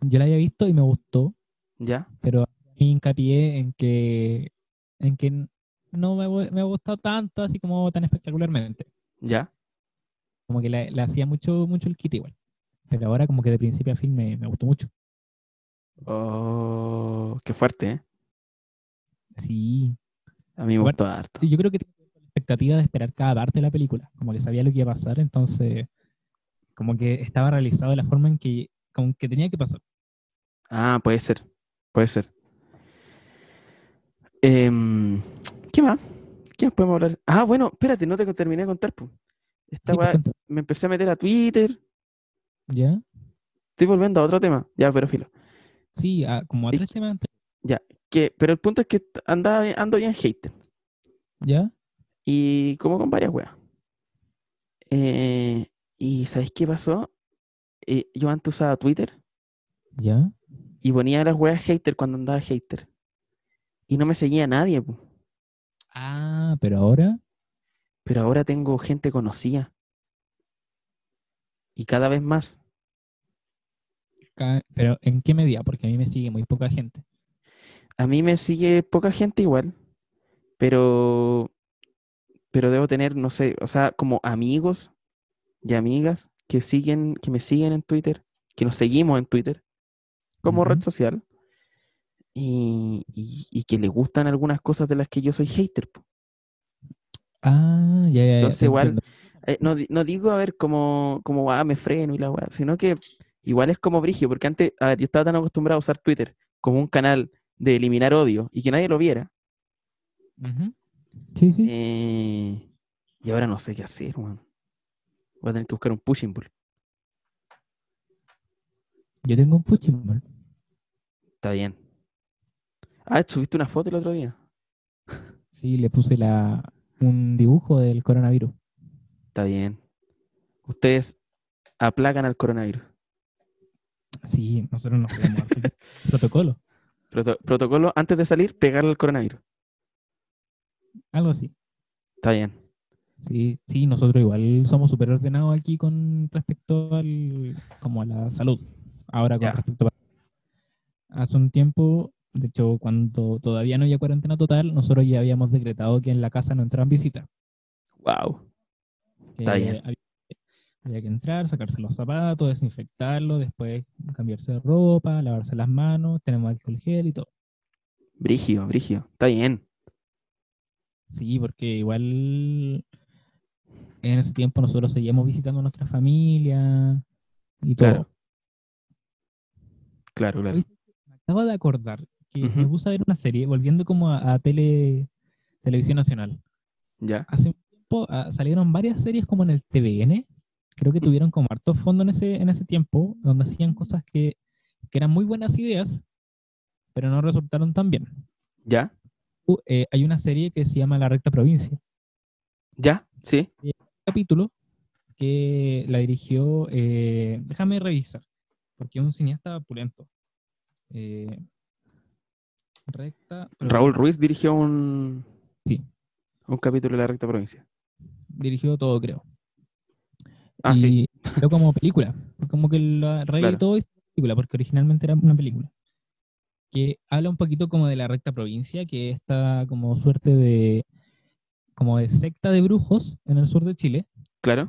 Yo la había visto y me gustó, ¿Ya? pero me hincapié en que, en que n- no me, gu- me ha gustado tanto, así como tan espectacularmente. ¿Ya? Como que la, la hacía mucho, mucho el kit igual. Pero ahora como que de principio a fin me, me gustó mucho. Oh, qué fuerte, ¿eh? Sí. A mí me Aparte- gustó harto. Y Yo creo que tenía la expectativa de esperar cada parte de la película. Como que sabía lo que iba a pasar, entonces como que estaba realizado de la forma en que, como que tenía que pasar. Ah, puede ser. Puede ser. Em, ¿qué más? ¿Qué más podemos hablar? Ah, bueno, espérate, no te co- terminé de contar, po. Esta Sí, pues, por weá- tanto, me empecé a meter a Twitter. ¿Ya? Estoy volviendo a otro tema. Ya, pero filo. Sí, ah, como a Y- tres semanas antes, Que, pero el punto es que andaba, bien- ando bien hater. ¿Ya? Y como con varias weas. Eh, ¿y sabes qué pasó? Eh, yo antes usaba Twitter Ah. ¿Ya? y ponía las weas hater cuando andaba hater. Y no me seguía nadie, pues. po. Ah, pero ahora... pero ahora tengo gente conocida. Y cada vez más. Ca- Pero ¿en qué medida? Porque a mí me sigue muy poca gente. A mí me sigue poca gente igual, pero, pero debo tener, no sé, o sea, como amigos y amigas que siguen, que me siguen en Twitter, que nos seguimos en Twitter, como red Ujú. social, y, y- y que le gustan algunas cosas de las que yo soy hater. po. Ah, ya, ya, ya. Entonces te igual- entiendo. Eh, no, di- no digo, a ver, como, como, ah, me freno y la weá, sino que igual es como brigio, porque antes, a ver, yo estaba tan acostumbrado a usar Twitter como un canal de eliminar odio y que nadie lo viera. Ujú. Sí, sí. Eh, y ahora no sé qué hacer, weón. Voy a tener que buscar un pushing ball. Yo tengo un punching ball. Está bien. Ah, subiste una foto el otro día. Sí, le puse la, un dibujo del coronavirus. Está bien. Ustedes aplacan al coronavirus. Sí, nosotros nos cuidamos harto. Protocolo, Proto- protocolo, antes de salir, pegarle al coronavirus. algo así. Está bien. Sí, sí, nosotros igual somos súper ordenados aquí con respecto al, como a la salud. Ahora con Ya. respecto a... Hace un tiempo, de hecho, cuando todavía no había cuarentena total, nosotros ya habíamos decretado que en la casa no entraban visitas. Wow. Está que bien. Había, había que entrar, sacarse los zapatos, desinfectarlo, después cambiarse de ropa, lavarse las manos, tenemos alcohol gel y todo. Brigio, brigio. Está bien. Sí, porque igual en ese tiempo nosotros seguíamos visitando a nuestra familia y todo. Claro. Claro, claro. Oye, Me acabo de acordar que me Ujú. puse a ver una serie, volviendo como a, a tele, Televisión Nacional. Ya. Hace un tiempo ah, salieron varias series como en el TVN. Creo que tuvieron como harto fondo en ese, en ese tiempo, donde hacían cosas que, que eran muy buenas ideas, pero no resultaron tan bien. Ya. Uh, eh, hay una serie que se llama La Recta Provincia. Ya. Sí. capítulo que la dirigió, eh, déjame revisar, porque es un cineasta pulento. Eh, recta. Raúl Ruiz dirigió un, Sí, un capítulo de la recta provincia. dirigió todo, creo. Ah, sí. Yo como película, como que la Claro. reeditó y hizo película, porque originalmente era una película. Que habla un poquito como de la recta provincia, que está como suerte de como de secta de brujos en el sur de Chile, Claro.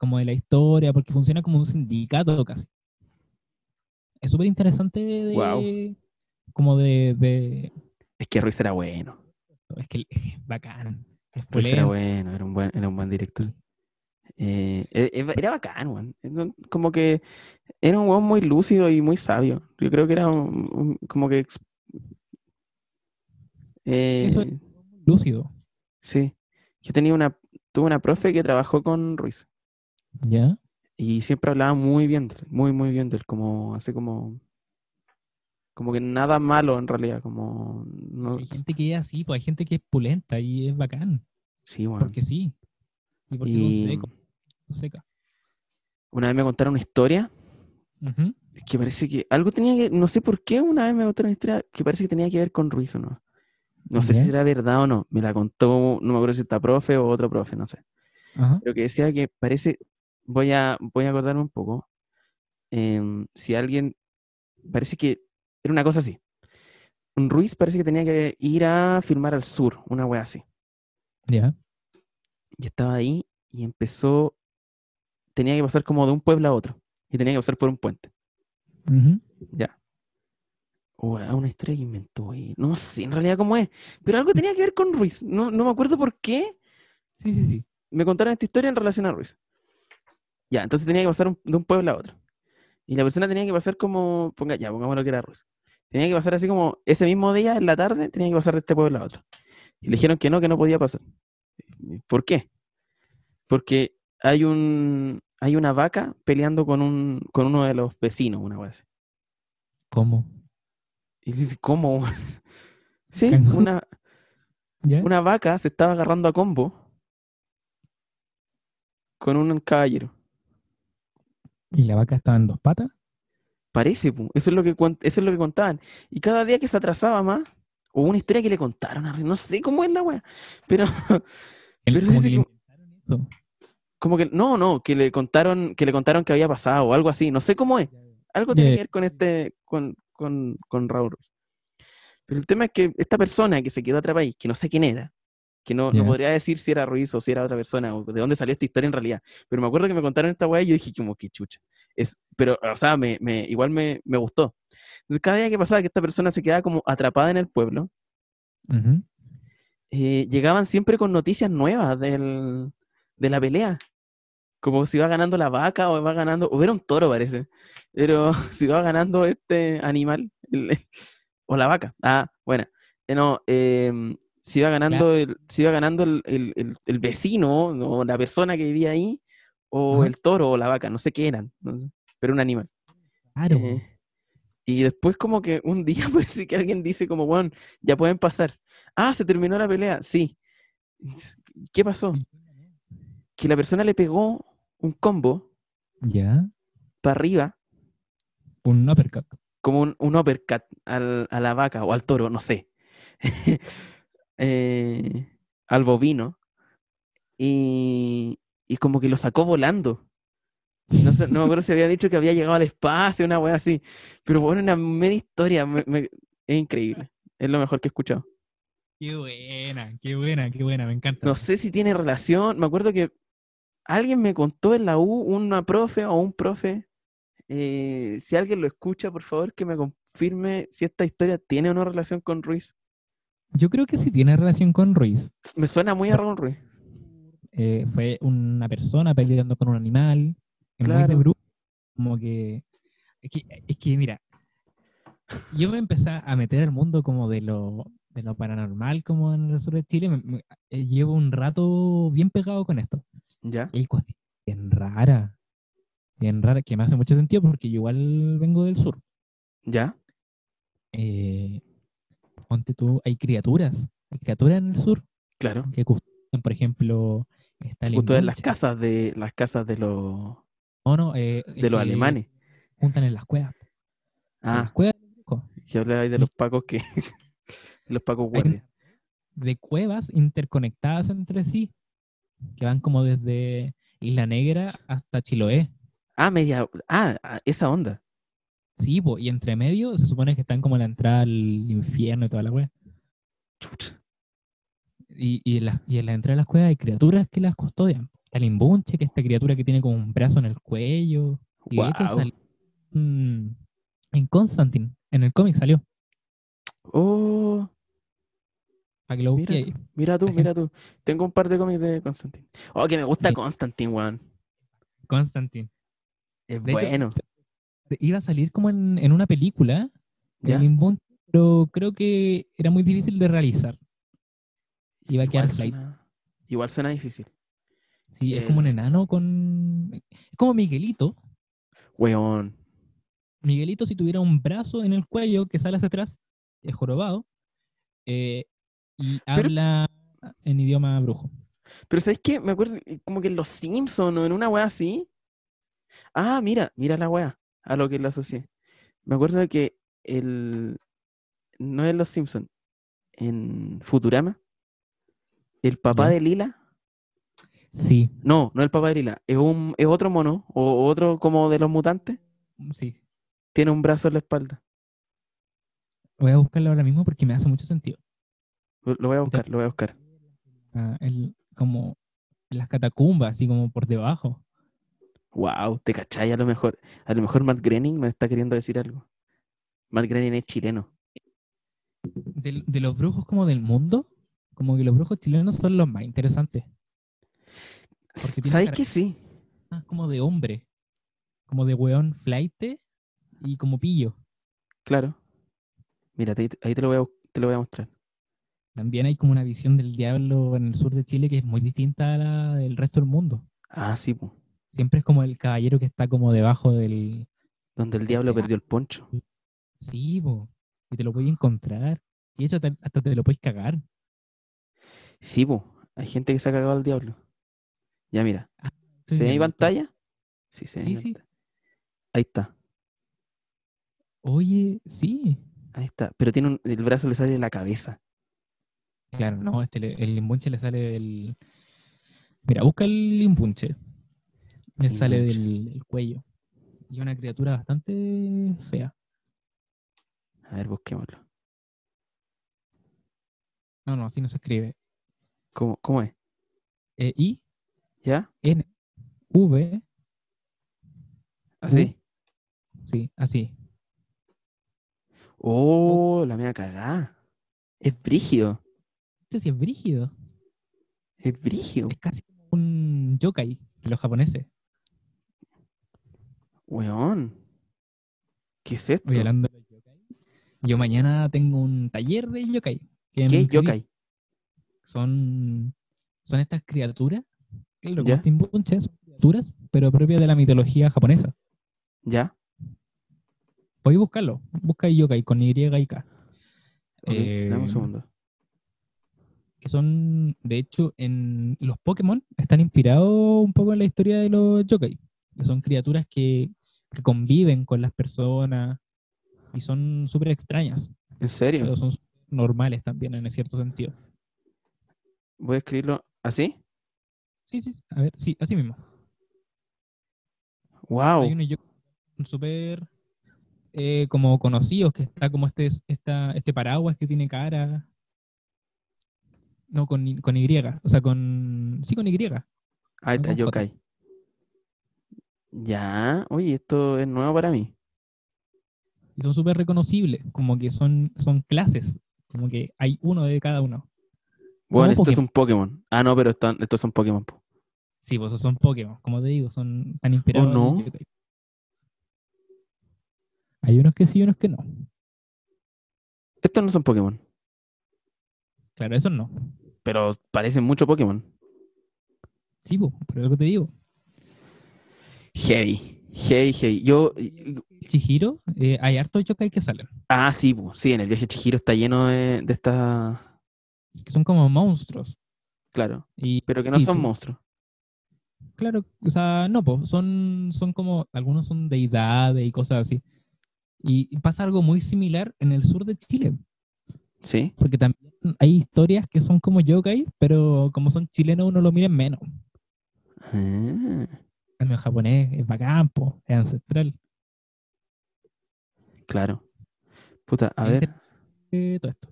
como de la historia, porque funciona como un sindicato casi. Es súper interesante de- Guau. como de, de- Es que Ruiz era bueno. Es que es bacán. Es Ruiz era pulento. Pues bueno, era un buen, era un buen director. Eh, e- e- era bacán, weón. No- Como que era un weón muy lúcido y muy sabio. Yo creo que era un- un- como que... ex- Eso- eh, Lúcido, Sí. Yo tenía una, tuve una profe que trabajó con Ruiz ¿ya? y siempre hablaba muy bien de él, muy, muy bien de él, como así como, como que nada malo en realidad, como no, Hay gente que es así, pues hay gente que es pulenta y es bacán, sí, weón. porque sí. Y porque Y son secos, son secas. una vez me contaron una historia Ujú. que parece que algo tenía que, no sé por qué una vez me contaron una historia que parece que tenía que ver con Ruiz o no. No sé si Ya. será verdad o no. Me la contó, no me acuerdo si esta profe o otro profe, no sé. Ajá. Lo que decía que parece, voy a, voy a acordarme un poco, em, si alguien, parece que era una cosa así. Un Ruiz parece que tenía que ir a filmar al sur, una wea así. Ya. Y estaba ahí y empezó, tenía que pasar como de un pueblo a otro. Y tenía que pasar por un puente. Ujú. Ya. Wea, una historia que inventó. Y no sé en realidad cómo es. Pero algo tenía que ver con Ruiz. No, no me acuerdo por qué. Sí, sí, sí. me contaron esta historia en relación a Ruiz. Ya, entonces tenía que pasar un- de un pueblo a otro. Y la persona tenía que pasar como, ponga, ya, pongámoslo que era Ruiz. Tenía que pasar así como ese mismo día, en la tarde, tenía que pasar de este pueblo a otro. Y le dijeron que no, que no podía pasar. ¿Y ¿Por qué? Porque hay un hay una vaca peleando con un con uno de los vecinos, una vez. ¿Cómo? Y dice, ¿cómo? sí, Calma. una, ¿Ya? una vaca se estaba agarrando a combo con un caballero. ¿Y la vaca estaba en dos patas? Parece, pu. Eso es lo que cuan- eso es lo que contaban. Y cada día que se atrasaba más, o una historia que le contaron a Ren- no sé cómo es la wea, pero Él Pero como dice que le que- inventaron eso. como que no, no, que le contaron, que le contaron que había pasado o algo así, no sé cómo es. Algo tiene Ya. que ver con este con, con, con Raúl Ruiz. Pero el tema es que esta persona que se quedó atrapada ahí, que no sé quién era, que no, no Ya. podría decir si era Ruiz o si era otra persona o de dónde salió esta historia en realidad, pero me acuerdo que me contaron esta wea y yo dije como que chucha. Es, pero, o sea, me, me- igual me, me gustó. Entonces, cada día que pasaba que esta persona se quedaba como atrapada en el pueblo, Ujú. eh, llegaban siempre con noticias nuevas del, de la pelea. Como si va ganando la vaca o va ganando, o era un toro parece, pero si va ganando este animal el- el- o la vaca. Ah, bueno, Eh, no, em, si va ganando, el, si va ganando el, el- el- el vecino o la persona que vivía ahí, o Ajá. el toro o la vaca, no sé qué eran, no sé, pero un animal. Claro. Eh, y después como que un día parece que alguien dice como, bueno, ya pueden pasar. Ah, se terminó la pelea. Sí. Es- ¿Qué pasó? Que la persona le pegó un combo Ya. para arriba, Un uppercut. como un, un uppercut al- a la vaca o al toro, no sé. Eh, al bovino. Y, y como que lo sacó volando. No, sé, no me acuerdo si había dicho que había llegado al espacio, una wea así. Pero bueno, una media historia. me- me- es increíble. Es lo mejor que he escuchado. Qué buena, qué buena, qué buena, me encanta. No sé si tiene relación. Me acuerdo que alguien me contó en la U, una profe o un profe. eh, si alguien lo escucha, por favor, que me confirme si esta historia tiene o no relación con Ruiz. Yo creo que sí tiene relación con Ruiz. Me suena muy a Ron Ruiz. Eh, fue una persona peleando con un animal. es muy de Claro. brujo, Como que es, que. es que, mira. Yo me empecé a meter al mundo como de lo, de lo paranormal, como en el sur de Chile. me- me- eh, llevo un rato bien pegado con esto. ¿Ya? Hay cuestiones bien rara. Bien rara, que me hace mucho sentido porque yo igual vengo del sur. ¿Ya? Eh, ponte tú, hay criaturas. Hay criaturas en el sur Claro. que custodian, por ejemplo, está el Justo en las embuche. casas de las casas de los No, no, eh, de los que alemanes. Juntan en las cuevas. En las Ah, cuevas de los brujos. que hablaba ahí de mi- los pacos que. de los pacos Hay guardias. de cuevas interconectadas entre sí, que van como desde Isla Negra hasta Chiloé. Ah, media. Ah, ah, esa onda. Sí, po, y entre medio se supone que están como la entrada al infierno y toda la cueva. Chucha. Y, y, en las- y en la entrada de las cuevas hay criaturas que las custodian. Está el imbunche, que es esta criatura que tiene como un brazo en el cuello. Y de hecho Guau. salió en, en Constantine, en el cómic salió. Oh, para que lo busque Mira ahí. Mira tú, Ajá. mira tú. Tengo un par de cómics de Constantine. Oh, que me gusta Sí. Constantine, weón. Constantine. Es De hecho, bueno. Iba a salir como en, en una película, ¿ya? el inbound, pero creo que era muy difícil de realizar. iba a quedar igual, flight. suena, igual suena difícil. Sí, es como un El- enano con... Es como Miguelito. Weón. Miguelito, si tuviera un brazo en el cuello que sale hacia atrás, es jorobado, eh, y habla en idioma brujo. Pero ¿sabes qué? Me acuerdo eh, como que en Los Simpsons o en una weá así. Ah, mira, mira la weá a lo que lo asocié. Me acuerdo de que el... No es Los Simpsons. En Futurama. El papá Ya. de Lila. Sí, No, no el papá de Lila. Es, un, es otro mono. O otro como de los mutantes. sí. Tiene un brazo en la espalda. Voy a buscarlo ahora mismo porque me hace mucho sentido. Lo lo voy a buscar, lo voy a buscar. Ah, el- como las catacumbas, así como por debajo. Wow, te cachai, a lo mejor. A lo mejor Matt Groening me está queriendo decir algo. Matt Groening es chileno. Del- de los brujos como del mundo, como que los brujos chilenos son los más interesantes. S- tiene ¿Sabes cara- que sí? Más Ah, como de hombre, como de weón flaite y como pillo. Claro. Mira, te- ahí te lo voy a, te lo voy a mostrar. También hay como una visión del diablo en el sur de Chile que es muy distinta a la del resto del mundo. Ah, sí, po, Siempre es como el caballero que está como debajo del... Donde el diablo Ya. perdió el poncho. Sí, po, y te lo voy a encontrar. Y de hecho te- hasta te lo puedes cagar. Sí, po, Hay gente que se ha cagado al diablo. Ya, mira. Estoy ¿Se ve mi viendo. pantalla? Sí, se ve mi Ah, Sí, sí. pantalla. Ahí está. Oye, sí. Ahí está. Pero tiene un- el brazo le sale de la cabeza. Claro, no, este le- el limbunche le sale del... Mira, busca el limbunche. Le sale Limbunche. del, del cuello. Y una criatura bastante fea. A ver, busquémoslo. No, no, así no se escribe. ¿Cómo, cómo es? Eh, I, ¿Ya? N, V, Uh. ¿Así? sí, así. Oh, la mía cagada. Es brígido. Este sí es brígido. Es brígido. Es casi como un yokai de los japoneses. Weón. ¿Qué es esto? Oye, hablando de yokai, yo mañana tengo un taller de yokai. que me ¿Qué es inscribí. yokai? Son, son estas criaturas, claro, como ¿Ya? este imbunche, son criaturas, pero propias de la mitología japonesa. ¿Ya? Podéis buscarlo. Busca yokai con Y y K. Ok, dame un Eh, segundo. que son, de hecho, en los Pokémon están inspirados un poco en la historia de los yokai, que son criaturas que, que conviven con las personas y son súper extrañas, ¿En serio? pero son normales también en cierto sentido. Voy a escribirlo así. Sí, sí, a ver, sí, así mismo. Wow. Hay unos yokai que son súper eh, como conocidos, que está como este, esta, este paraguas que tiene cara. No, con, Y- con Y, o sea, con... Sí, con Y. Ahí está, con J. yokai. Ya, oye, esto es nuevo para mí. y son súper reconocibles, como que son, son clases, como que hay uno de cada uno. Bueno, esto Como es un Pokémon. Ah, no, pero están, estos son Pokémon. po. Sí, pues son Pokémon, como te digo, son tan inspirados. en no. el yokai. Hay unos que sí y unos que no. Estos no son Pokémon, Claro, esos no. pero parecen mucho Pokémon. Sí, pues, por algo te digo. Heavy, heavy, heavy. Yo, y- y- Chihiro, eh, hay hartos yokai que salen, ah, sí, po, sí, en el viaje Chihiro está lleno de, de estas, que son como monstruos. claro, Y pero que no Sí, son po. monstruos. claro, o sea, no, pues, son, son como, algunos son deidades y cosas así. Y y pasa algo muy similar en el sur de Chile. Sí, Porque también hay historias que son como yokai, pero como son chilenos uno lo mira en menos. Ah, En japonés es bacán, po, es ancestral, claro. Puta, a Es ver, eh, todo esto.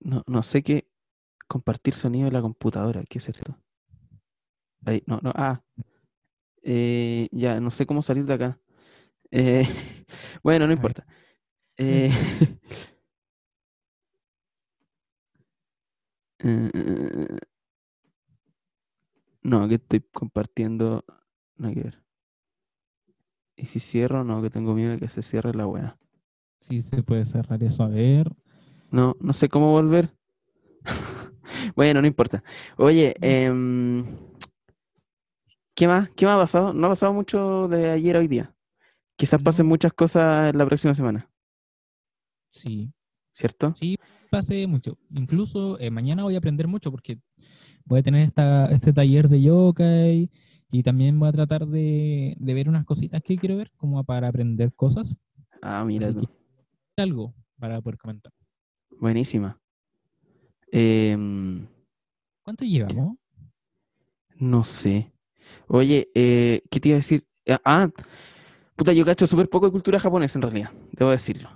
no, no sé qué compartir sonido en la computadora. ¿Qué es esto? Ahí, no, no, ah. Eh, ya, no sé cómo salir de acá. Eh, bueno, no Eh, ver. importa. No Eh, Eh, no, que estoy compartiendo. No hay que ver. Y si cierro, no, que tengo miedo de que se cierre la weá. Sí, se puede cerrar eso. A ver. No, no sé cómo volver. bueno, no importa. Oye, em, ¿qué más? ¿Qué más ha pasado? No ha pasado mucho de ayer a hoy día. Quizás pasen muchas cosas la próxima semana, Sí, ¿cierto? pasé mucho. Incluso eh, mañana voy a aprender mucho porque voy a tener esta, este taller de yokai y también voy a tratar de, de ver unas cositas que quiero ver como para aprender cosas. Ah, mira Así tú. que- Algo para poder comentar. Buenísima. Em, ¿Cuánto llevamos? no sé. Oye, eh, ¿qué te iba a decir? Ah, Ah, puta, yo cacho súper poco de cultura japonesa en realidad, debo decirlo.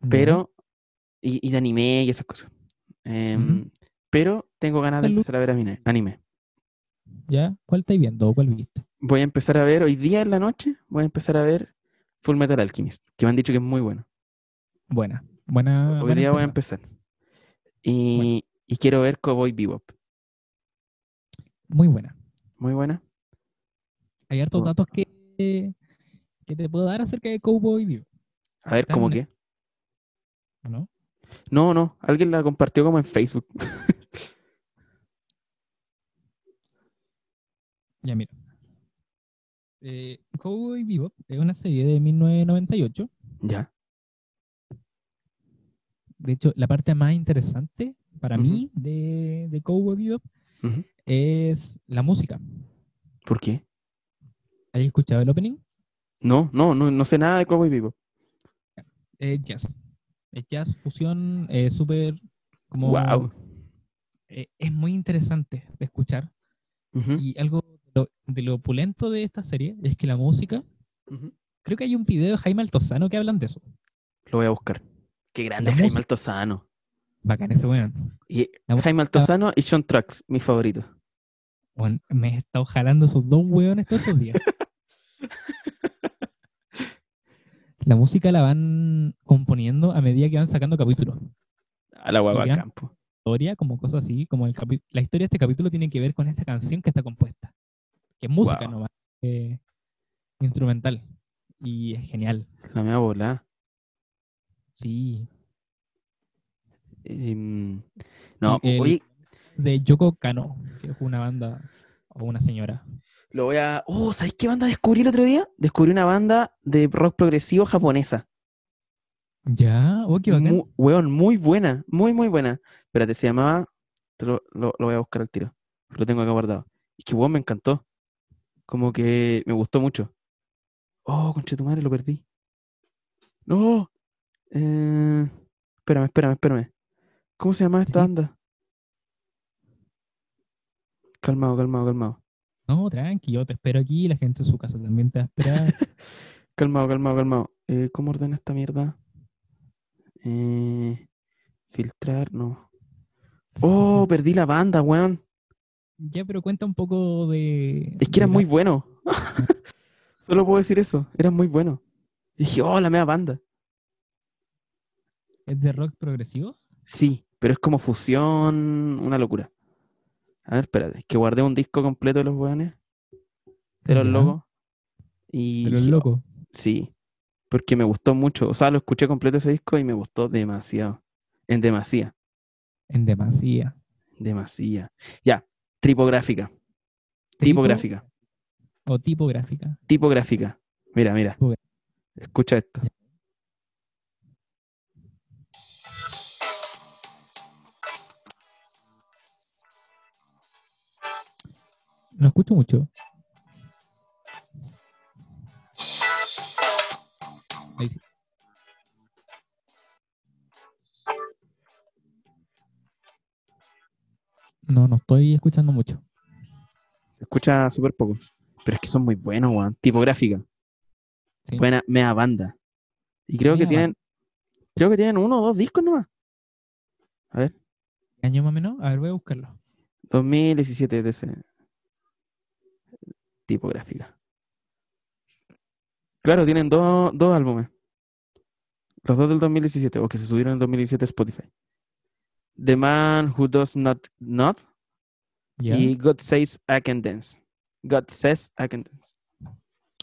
Ya. Pero, y, y de anime y esas cosas. Em, Pero tengo ganas de Salud. empezar a ver anime- anime. ¿Ya? ¿Cuál estáis viendo? ¿Cuál viste? Voy a empezar a ver, hoy día en la noche, voy a empezar a ver Full Metal Alchemist, que me han dicho que es muy bueno. Buena. Buena. Hoy Ah, buena día voy a empezada. empezar. Y, y quiero ver Cowboy Bebop. Muy buena. Muy buena. Hay hartos Bu- datos que, que te puedo dar acerca de Cowboy Vivo, A ver, Está ¿cómo en qué? ¿no? No, no, alguien la compartió como en Facebook. Ya mira. Eh, Cowboy Vivo es una serie de 1998 Ya. De hecho, la parte más interesante para Ujú. mí de, de Cowboy Bebop Ujú. es la música. ¿Por qué? ¿Has escuchado el opening? No, no, no, no sé nada de Cowboy Bebop. Es jazz. Es jazz, fusión, eh, súper como... Wow. eh, es muy interesante de escuchar. Y algo de lo, de lo opulento de esta serie es que la música... Creo que hay un video de Jaime Altozano que hablan de eso. Lo voy a buscar. Qué grande La es Jaime música. Altozano. Bacán ese weón. Y La Jaime Altozano y Sean Trax, mi favorito. Weón, Me he estado jalando esos dos weones todos estos días. La música la van componiendo a medida que van sacando capítulos. A la guagua Mira. campo. historia, como cosas así, como el capi- la historia de este capítulo tiene que ver con esta canción que está compuesta, que es música Guau. nomás, eh, instrumental, y es genial, La mea bola. sí. Em, no, el- oye, De Yoko Kano, que es una banda o una señora. lo voy a. Oh, ¿sabéis qué banda descubrí el otro día? Descubrí una banda de rock progresivo japonesa. Ya, oh, qué bacán. Mu- weón, muy buena, muy, muy buena. Espérate, se llamaba. te lo, lo- lo voy a buscar al tiro. Lo tengo acá guardado. Y que weón me encantó. Como que me gustó mucho. Oh, concha tu madre, lo perdí. No. Eh, espérame, espérame, espérame. ¿Cómo se llama esta Sí. banda? Calmado, calmado, calmado. No, tranqui, yo te espero aquí, la gente en su casa también te va a esperar. Calmado, calmado, calmado. Eh, ¿cómo ordena esta mierda? Eh, filtrar, no. Oh, perdí la banda, weón. ya, pero cuenta un poco de... Es que era de muy la- bueno. Solo puedo decir eso. Era muy bueno. Y dije, oh, la mea banda. ¿Es de rock progresivo? Sí, pero es como fusión, una locura. A ver, espérate, que guardé un disco completo de los weones, de los Ya, locos. Y De los dije, oh, locos. sí, porque me gustó mucho. O sea, lo escuché completo ese disco y me gustó demasiado. En demasía, En demasía. demasía. Ya, tripográfica, Tipo- tipográfica, O tipográfica. tipográfica. Mira, mira. Tipogra- Escucha esto. No escucho mucho. Ahí sí. No, no estoy escuchando mucho. Se escucha súper poco. Pero es que son muy buenos, weón. Tipográfica. Sí. Buena mea banda. Y creo que Mea tienen. Creo que tienen uno o dos discos nomás. ¿Qué año más o menos? A ver, voy a buscarlo. 2017 de ese. Tipográfica. Claro, tienen dos, dos álbumes. Los dos del 2017, o que se subieron en el 2017 a Spotify. The Man Who Does Not Not ¿Ya? y God Says I Can Dance. God Says I Can Dance.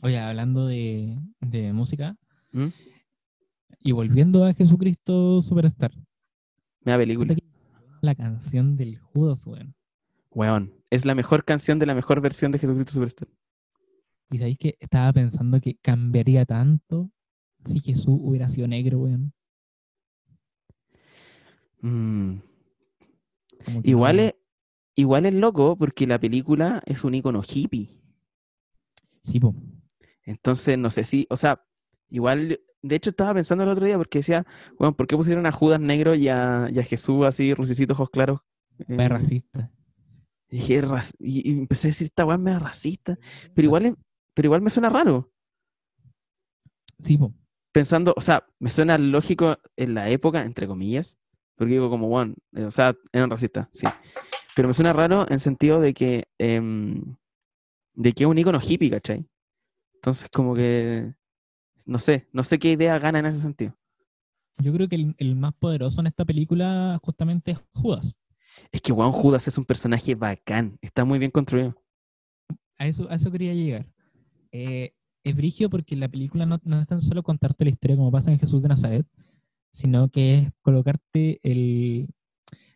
Oye, hablando de, de música ¿Mm? y volviendo a Jesucristo Superstar, Mea película. la canción del Judas, weón. Weón. Es la mejor canción de la mejor versión de Jesucristo Superstar. Y sabéis que estaba pensando que cambiaría tanto si Jesús hubiera sido negro, weón. Mm. Como que Igual no- es, igual es loco porque la película es un icono hippie. Sí, po. Entonces, no sé si, o sea, igual, de hecho estaba pensando el otro día porque decía, bueno, ¿por qué pusieron a Judas negro y a, y a Jesús así, rusicitos ojos claros? Eh, Fue racista. y, dije, "Ras- y- y empecé a decir, esta weá es media racista, pero igual, es- pero igual me suena raro. Sí, po. Pensando, o sea, me suena lógico en la época, entre comillas, porque digo como, bueno, eh, o sea, eran racistas, sí. Pero me suena raro en sentido de que, em, de que es un icono hippie, ¿cachai? Entonces, como que, no sé, no sé qué idea gana en ese sentido. Yo creo que el, el más poderoso en esta película justamente es Judas. Es que Juan Judas es un personaje bacán. Está muy bien construido. A eso, a eso quería llegar. Eh, es brigio porque la película no, no es tan solo contarte la historia como pasa en Jesús de Nazaret, sino que es colocarte el,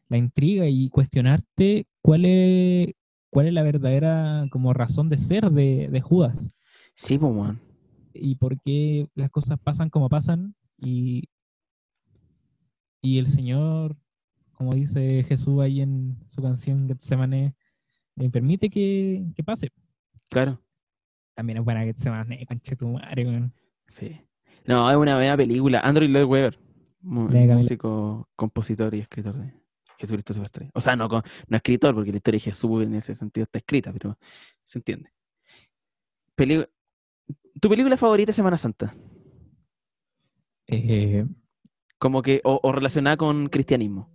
la intriga y cuestionarte cuál es, cuál es la verdadera como razón de ser de, de Judas Sí, pues, weón. y por qué las cosas pasan como pasan y, y el Señor, como dice Jesús ahí en su canción Getsemane, eh, permite que, que pase. Claro. También es buena que se mane, conche tu madre, weón. Sí. No, es una buena película. Andrew Lloyd Webber. mu- La de Camila. Músico, compositor y escritor de Jesucristo Superestrella. O sea, no, co- no escritor, porque la historia de Jesús en ese sentido está escrita, pero se entiende. Peli- ¿Tu película favorita es Semana Santa? Eh, Como que, o, o relacionada con cristianismo.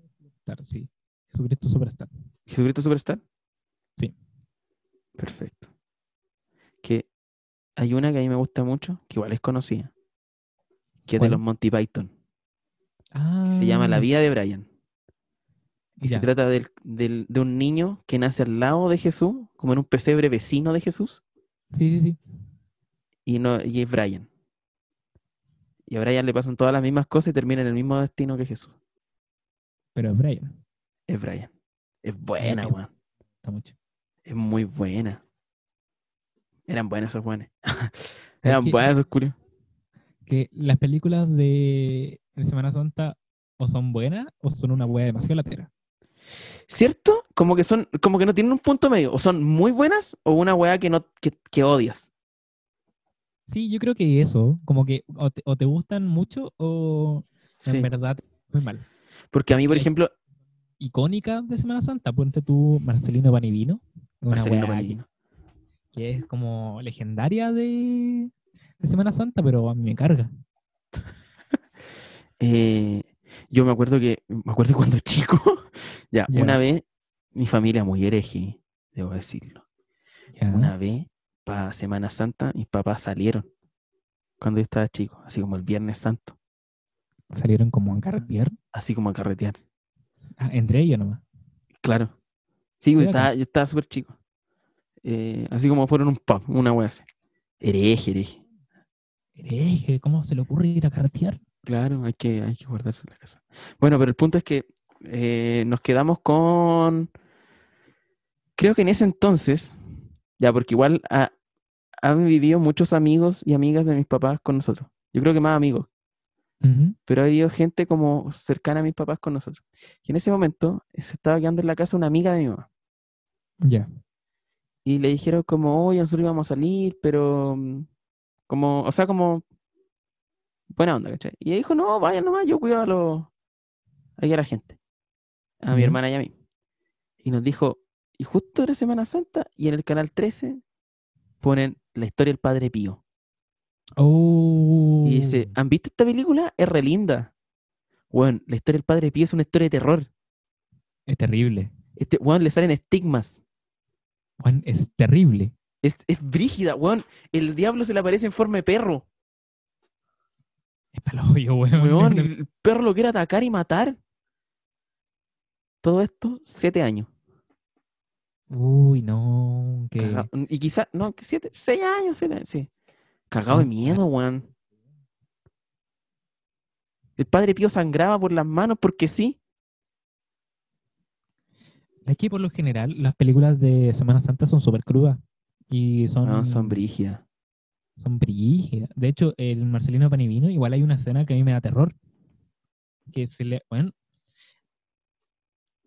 claro, sí. Jesucristo Superstar. ¿Jesucristo Superstar? Sí. Perfecto. Que hay una que a mí me gusta mucho, que igual es conocida, que es de ¿Cuál? los Monty Python, Ah, que se llama La vida de Brian. Y ya. se trata del- del- de un niño que nace al lado de Jesús, como en un pesebre vecino de Jesús, Sí, sí, sí. y, no, y es Brian. Y a Brian le pasan todas las mismas cosas y termina en el mismo destino que Jesús. Pero es Brian. Es Brian. Es buena, bien. weón. Está mucho. Es muy buena. Eran buenas esos buenas. Eran que- buenas esos culios. Que las películas de, de Semana Santa o son buenas o son una hueá demasiado latera. ¿Cierto? Como que son, como que no tienen un punto medio. O son muy buenas o una weá que no, que, que odias. Sí, yo creo que eso, como que o te, o te gustan mucho o Sí. en verdad muy mal. Porque a mí, por Sí. ejemplo, Icónica de Semana Santa, ponte tú Marcelino Panivino. Una Marcelino hueá que- Panini. que es como legendaria de, de Semana Santa, pero a mí me carga. Eh, yo me acuerdo que, me acuerdo cuando chico, ya, Ya. una vez, mi familia muy hereje, debo decirlo. Ya. Una vez, para Semana Santa, mis papás salieron cuando yo estaba chico, así como el Viernes Santo, Salieron como a carretear, así como a carretear. ah, entre ellos nomás. Claro. Sí, güey, Qué estaba, yo estaba súper chico. Eh, así como fueron un pub, una wea así. Hereje, hereje. Hereje, ¿cómo se le ocurre ir a carretear? Claro, hay que, hay que guardarse la casa. Bueno, pero el punto es que eh, nos quedamos con. Creo que en ese entonces, ya, porque igual ha- han vivido muchos amigos y amigas de mis papás con nosotros. Yo creo que más amigos, Ujú. pero ha habido gente como cercana a mis papás con nosotros. Y en ese momento eh, se estaba quedando en la casa una amiga de mi mamá. Ya. Y le dijeron como, oye, nosotros íbamos a salir, pero mm, como, o sea, como buena onda, ¿cachai? Y ella dijo, no, vaya nomás, yo cuido a los, ahí a la gente, a mi Ujú. hermana y a mí. Y nos dijo, y justo era Semana Santa, y en el canal 13 ponen la historia del Padre Pío. Oh. Y dice, ¿han visto esta película? Es re linda. Bueno, la historia del Padre Pío es una historia de terror. Es terrible. Este, bueno, le salen estigmas. Juan, es terrible. Es, es brígida, weón. El diablo se le aparece en forma de perro. Es para el hoyo, weón. Weón, el perro lo quiere atacar y matar. Todo esto, siete años. Uy, no. Que... Caga- Y quizás, no, que siete, seis años, siete años, sí. Cagado de miedo, weón. El padre Pío sangraba por las manos porque sí. ¿Sabes que por lo general las películas de Semana Santa son súper crudas? Y son, No, Ah, son brígidas. son brígidas. De hecho, el Marcelino Panivino, igual hay una escena que a mí me da terror. Que se le. Bueno,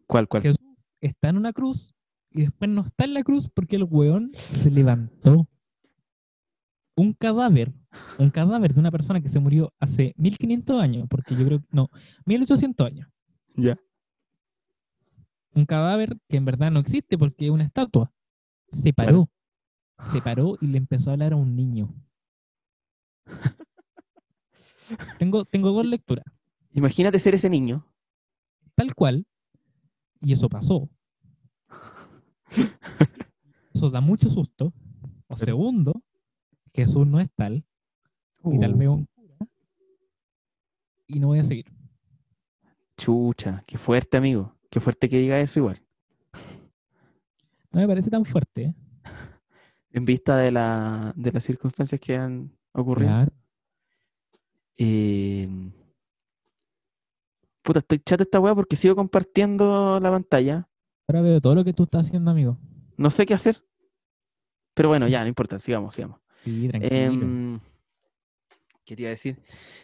¿Cuál, cuál? Que- está en una cruz y después no está en la cruz porque el weón se levantó. Un cadáver, un cadáver de una persona que se murió hace 1500 años, porque yo creo que no, 1800 años. Ya. Un cadáver que en verdad no existe porque es una estatua. Se paró, se paró y le empezó a hablar a un niño. tengo, tengo dos lecturas, Imagínate ser ese niño. tal cual, y eso pasó. Eso da mucho susto. O Pero- segundo, Jesús no es tal, y tal Uh, vez un cura. Y no voy a seguir. Chucha, qué fuerte, amigo. Qué fuerte que diga eso igual. No me parece tan fuerte. ¿eh? En vista de, la, de las circunstancias que han ocurrido. Claro. Eh, Puta, estoy chato de esta weá porque sigo compartiendo la pantalla. Ahora veo todo lo que tú estás haciendo, amigo. No sé qué hacer. Pero bueno, ya, no importa, sigamos, sigamos. Sí, tranquilo. Em, ¿Qué te iba a decir?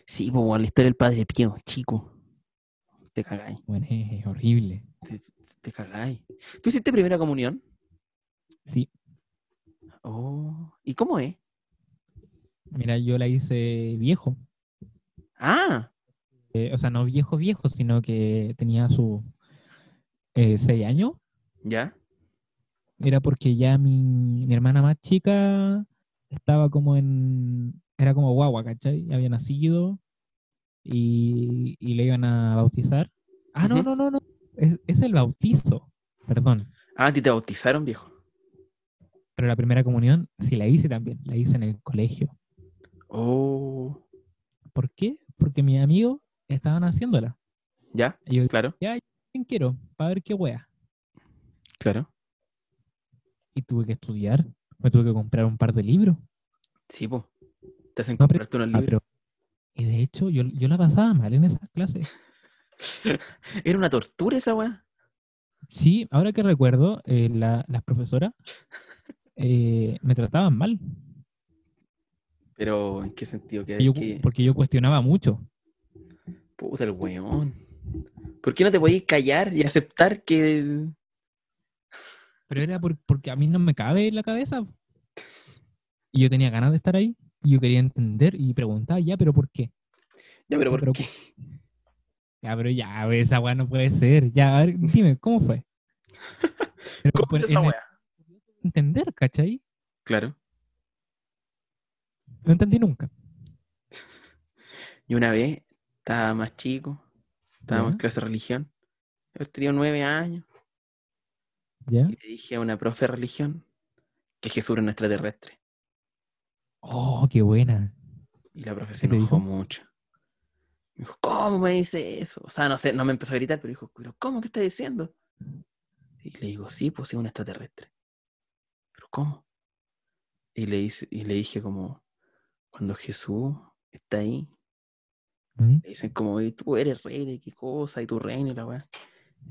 Sí, pues, weón, la historia del padre Pío, chico. Te cagáis, Bueno, es, es horrible. te, te cagáis. ¿Tú hiciste primera comunión? Sí, Oh, ¿y cómo es? mira, yo la hice viejo. Ah, Eh, o sea, no viejo viejo, sino que tenía su eh, seis años. ya. Era porque ya mi, mi hermana más chica estaba como en... Era como guagua, ¿cachai? Había nacido y, y le iban a bautizar. Ah, no, Ujú. no, no, no. Es, es el bautizo, perdón. Ah, a ti te bautizaron, viejo. Pero la primera comunión sí la hice también, la hice en el colegio. Oh, ¿Por qué? Porque mis amigos estaban haciéndola. ya, Y yo, claro, ¿quién quiero? Para ver qué wea. claro. Y tuve que estudiar, me tuve que comprar un par de libros. Sí, pues. Te hacen No, pero- comprarte unos Ah, libros. pero- Y de hecho, yo, yo la pasaba mal en esas clases. Era una tortura esa weá. Sí, ahora que recuerdo, eh, la- las profesoras eh, me trataban mal. Pero, ¿en qué sentido? Que, Yo cu- que- porque yo cuestionaba mucho. Puta el weón. ¿Por qué no te podías callar y aceptar que. el- Pero era por- porque a mí no me cabe en la cabeza. Y yo tenía ganas de estar ahí. Y yo quería entender y preguntaba, ya, pero ¿por qué? Ya, pero Ya, ¿por pero qué? Ya, pero ya, a ver, esa weá no puede ser. Ya, a ver, dime, ¿cómo fue? Pero ¿Cómo pues, es esa en el weá? entender, ¿cachai? Claro. No entendí nunca. Y una vez, estaba más chico, estábamos en Ya. clase de religión. Yo tenía nueve años. ¿Ya? Y le dije a una profe de religión que Jesús era un extraterrestre. Oh, qué buena. Y la profe ¿Qué se te enojó dijo? mucho. Me dijo, ¿cómo me dice eso? O sea, no sé, no me empezó a gritar, pero dijo, pero ¿cómo que estás diciendo? Y le digo, sí, pues es un extraterrestre. ¿Pero cómo? Y le, hice- y le dije como, cuando Jesús está ahí, ¿Mm? le dicen como, "Y tú eres rey de qué cosa, y tu reino y la weá.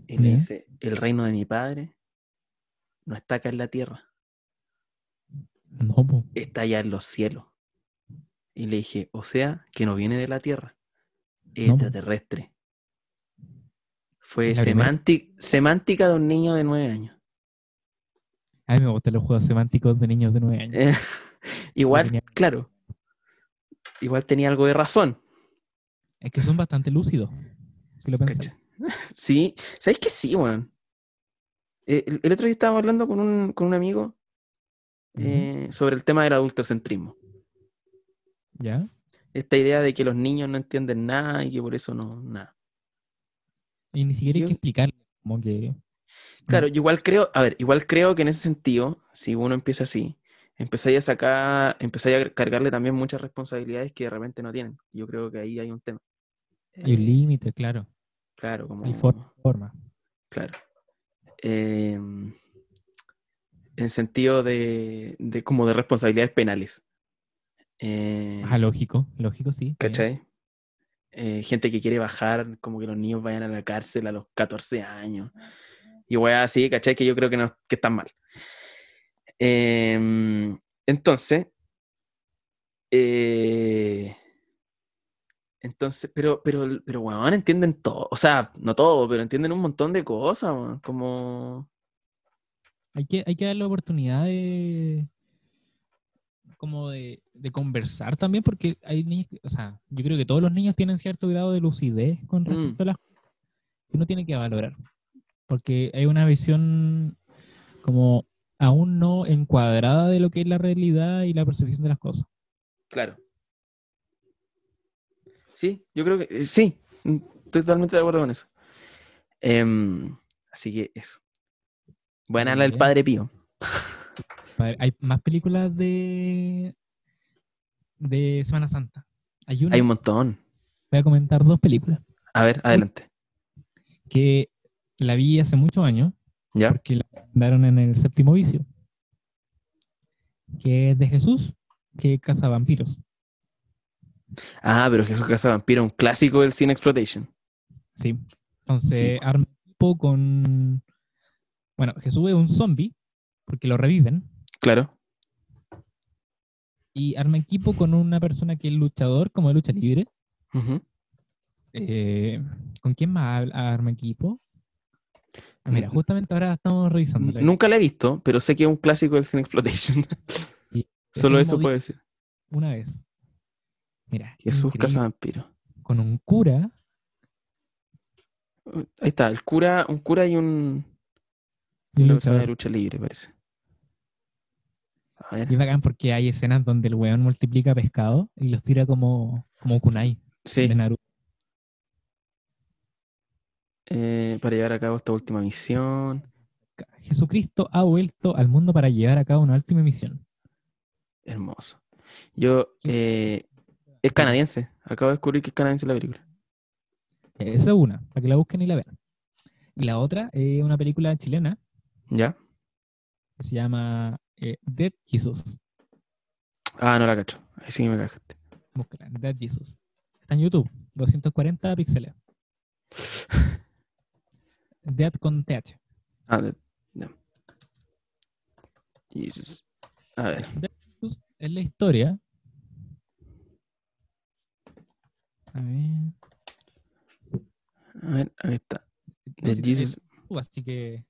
Y le Ya. dice, el reino de mi padre no está acá en la tierra. No, po. está allá en los cielos. Y le dije, o sea, que no viene de la tierra, es No, po. extraterrestre. Fue La primera- semánti- semántica de un niño de nueve años. A mí me gustan los juegos semánticos de niños de 9 años. Eh, igual, tenía- claro, igual tenía algo de razón. Es que son bastante lúcidos. Si lo pensas. ¿cachai? Sí, ¿sabes que sí, weón? Eh, El, el otro día estaba hablando con un, con un amigo Ujú. eh, sobre el tema del adultocentrismo. ¿Ya? Esta idea de que los niños no entienden nada y que por eso no, nada. Y ni siquiera hay Yo- que explicarle. Como que. Claro, Mm. yo igual creo, a ver, igual creo que en ese sentido, si uno empieza así, empezáis a sacar, empezáis a cargarle también muchas responsabilidades que de repente no tienen. Yo creo que ahí hay un tema. Hay un Eh, mm. límite, claro. claro, como Hay forma. forma. Claro. Eh, en el sentido de, de como de responsabilidades penales. Eh, Ah, lógico, lógico, sí. está bien. ¿Cachai? Eh, gente que quiere bajar, como que los niños vayan a la cárcel a los 14 años. Y weá, así, ¿cachai? Que yo creo que, no, que están mal. Em, entonces, eh, entonces, pero, pero, pero, weón, entienden todo. O sea, no todo, pero entienden un montón de cosas, weón, Como, Hay que, hay que darle oportunidad de como de, de conversar también, porque hay niños, que- o sea, yo creo que todos los niños tienen cierto grado de lucidez con Mm. respecto a las cosas que uno tiene que valorar. Porque hay una visión como aún no encuadrada de lo que es la realidad y la percepción de las cosas. claro. Sí, yo creo que eh, sí. mm, Estoy totalmente de acuerdo con eso. Em, así que eso. Buena la del Bien. Padre Pío. Padre, Hay más películas de, de Semana Santa. Hay una, Hay un montón. voy a comentar dos películas A ver, adelante. que la vi hace muchos años ¿Ya? porque la mandaron en el séptimo vicio, que es de Jesús, que caza vampiros. Ah, pero Jesús Casavampiro, un clásico del cine exploitation. Sí. Entonces, arma un equipo con. Bueno, Jesús es un zombie, porque lo reviven, Claro. y arma equipo con una persona que es luchador, como de lucha libre. Ujú. Eh, ¿Con quién más habla- arma equipo? Ah, Mira, Mm. justamente ahora estamos revisando. N- Nunca la he visto, pero sé que es un clásico del cine exploitation. Y ese Solo mismo eso día, puedo decir. Una vez. Mira, Jesús increíble, Casavampiro. Con un cura, Uh, Ahí está, el cura, un cura y un. y un una persona de luchador. lucha libre, parece. A Y es ver. bacán porque hay escenas donde el weón multiplica pescado y los tira como, como kunai Sí, de Naruto. eh, para llevar a cabo esta última misión. Jesucristo ha vuelto al mundo para llevar a cabo una última misión. Hermoso. Yo. eh, es canadiense. Acabo de descubrir que es canadiense la película. Esa es una, para que la busquen y la vean. Y la otra es una película chilena ¿Ya? que se llama eh, Dead Jesus. Ah, no la cacho. Ahí sí que me cajaste. Búscala, Dead Jesus. Está en YouTube, 240 píxeles. Dead con TH. Ah, de- ya. Jesus. A ver. Pues, Es la historia. A ver. A ver, ahí está. No, De si te- Jesus. uh, Así que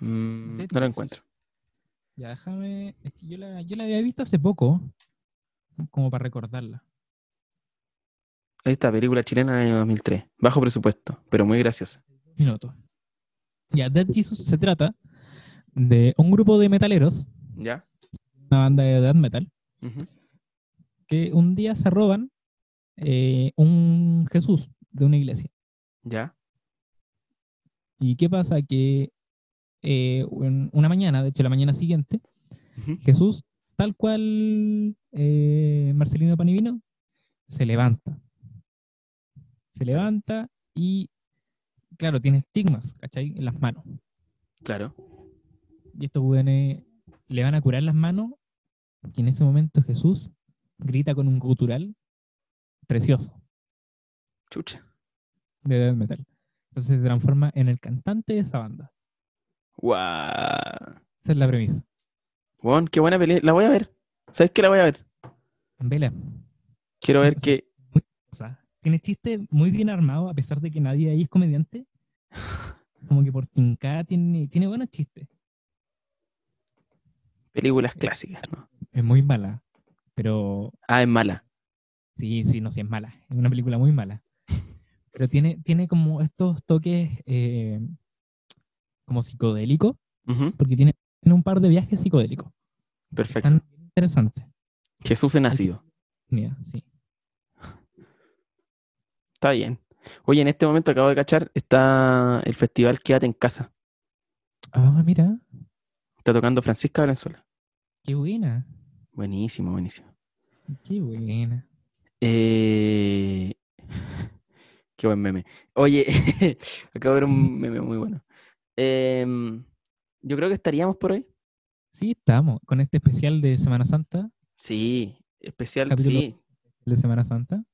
mm, Dead no la Jesus. encuentro. ya déjame. Es que yo la, yo la había visto hace poco. Como para recordarla. Ahí está, película chilena del año 2003. Bajo presupuesto, pero muy graciosa. Minuto. Ya, Dead Jesus se trata de un grupo de metaleros, ¿Ya? una banda de death metal, Ujú. que un día se roban eh, un Jesús de una iglesia. ¿Ya? ¿Y qué pasa? Que eh, un- una mañana, de hecho la mañana siguiente, Ujú. Jesús, tal cual eh, Marcelino Panivino, se levanta. Se levanta y, claro, tiene estigmas, ¿cachai? En las manos. Claro. Y estos weones le van a curar las manos. Y en ese momento Jesús grita con un gutural precioso Chucha. de death metal. Entonces se transforma en el cantante de esa banda. Guau. Esa es la premisa. Weón, qué buena película. La voy a ver. ¿Sabes qué? La voy a ver. Vela. Quiero ver Sí. que. O sea, tiene chiste muy bien armado, a pesar de que nadie ahí es comediante. Como que por tincada tiene, tiene buenos chistes. Películas clásicas, ¿no? Es muy mala, pero Ah, es mala. sí, sí, no, sí, es mala. Es una película muy mala. Pero tiene, tiene como estos toques eh, como psicodélicos, Ujú, porque tiene, tiene un par de viajes psicodélicos. Perfecto. Están interesantes. Jesús en ácido. Mira, sí. Está bien. Oye, en este momento acabo de cachar, está el festival Quédate en casa. Ah, mira, Está tocando Francisca Valenzuela. qué buena. Buenísimo, buenísimo. Qué buena. Eh, Qué buen meme. Oye, acabo de ver un meme muy bueno. Em, yo creo que estaríamos por hoy. Sí, estamos con este especial de Semana Santa. Sí, especial, Capítulo- sí, El de Semana Santa.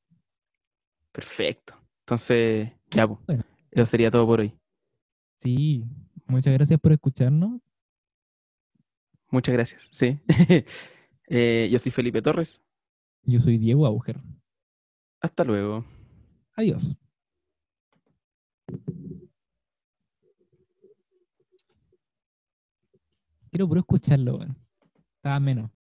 perfecto. Entonces, ya, po. Bueno. eso sería todo por hoy. Sí, muchas gracias por escucharnos. Muchas gracias. Sí. Eh, yo soy Felipe Torres. Yo soy Diego Auger. Hasta luego. Adiós. Quiero puro escucharlo, weón. Estaba menos.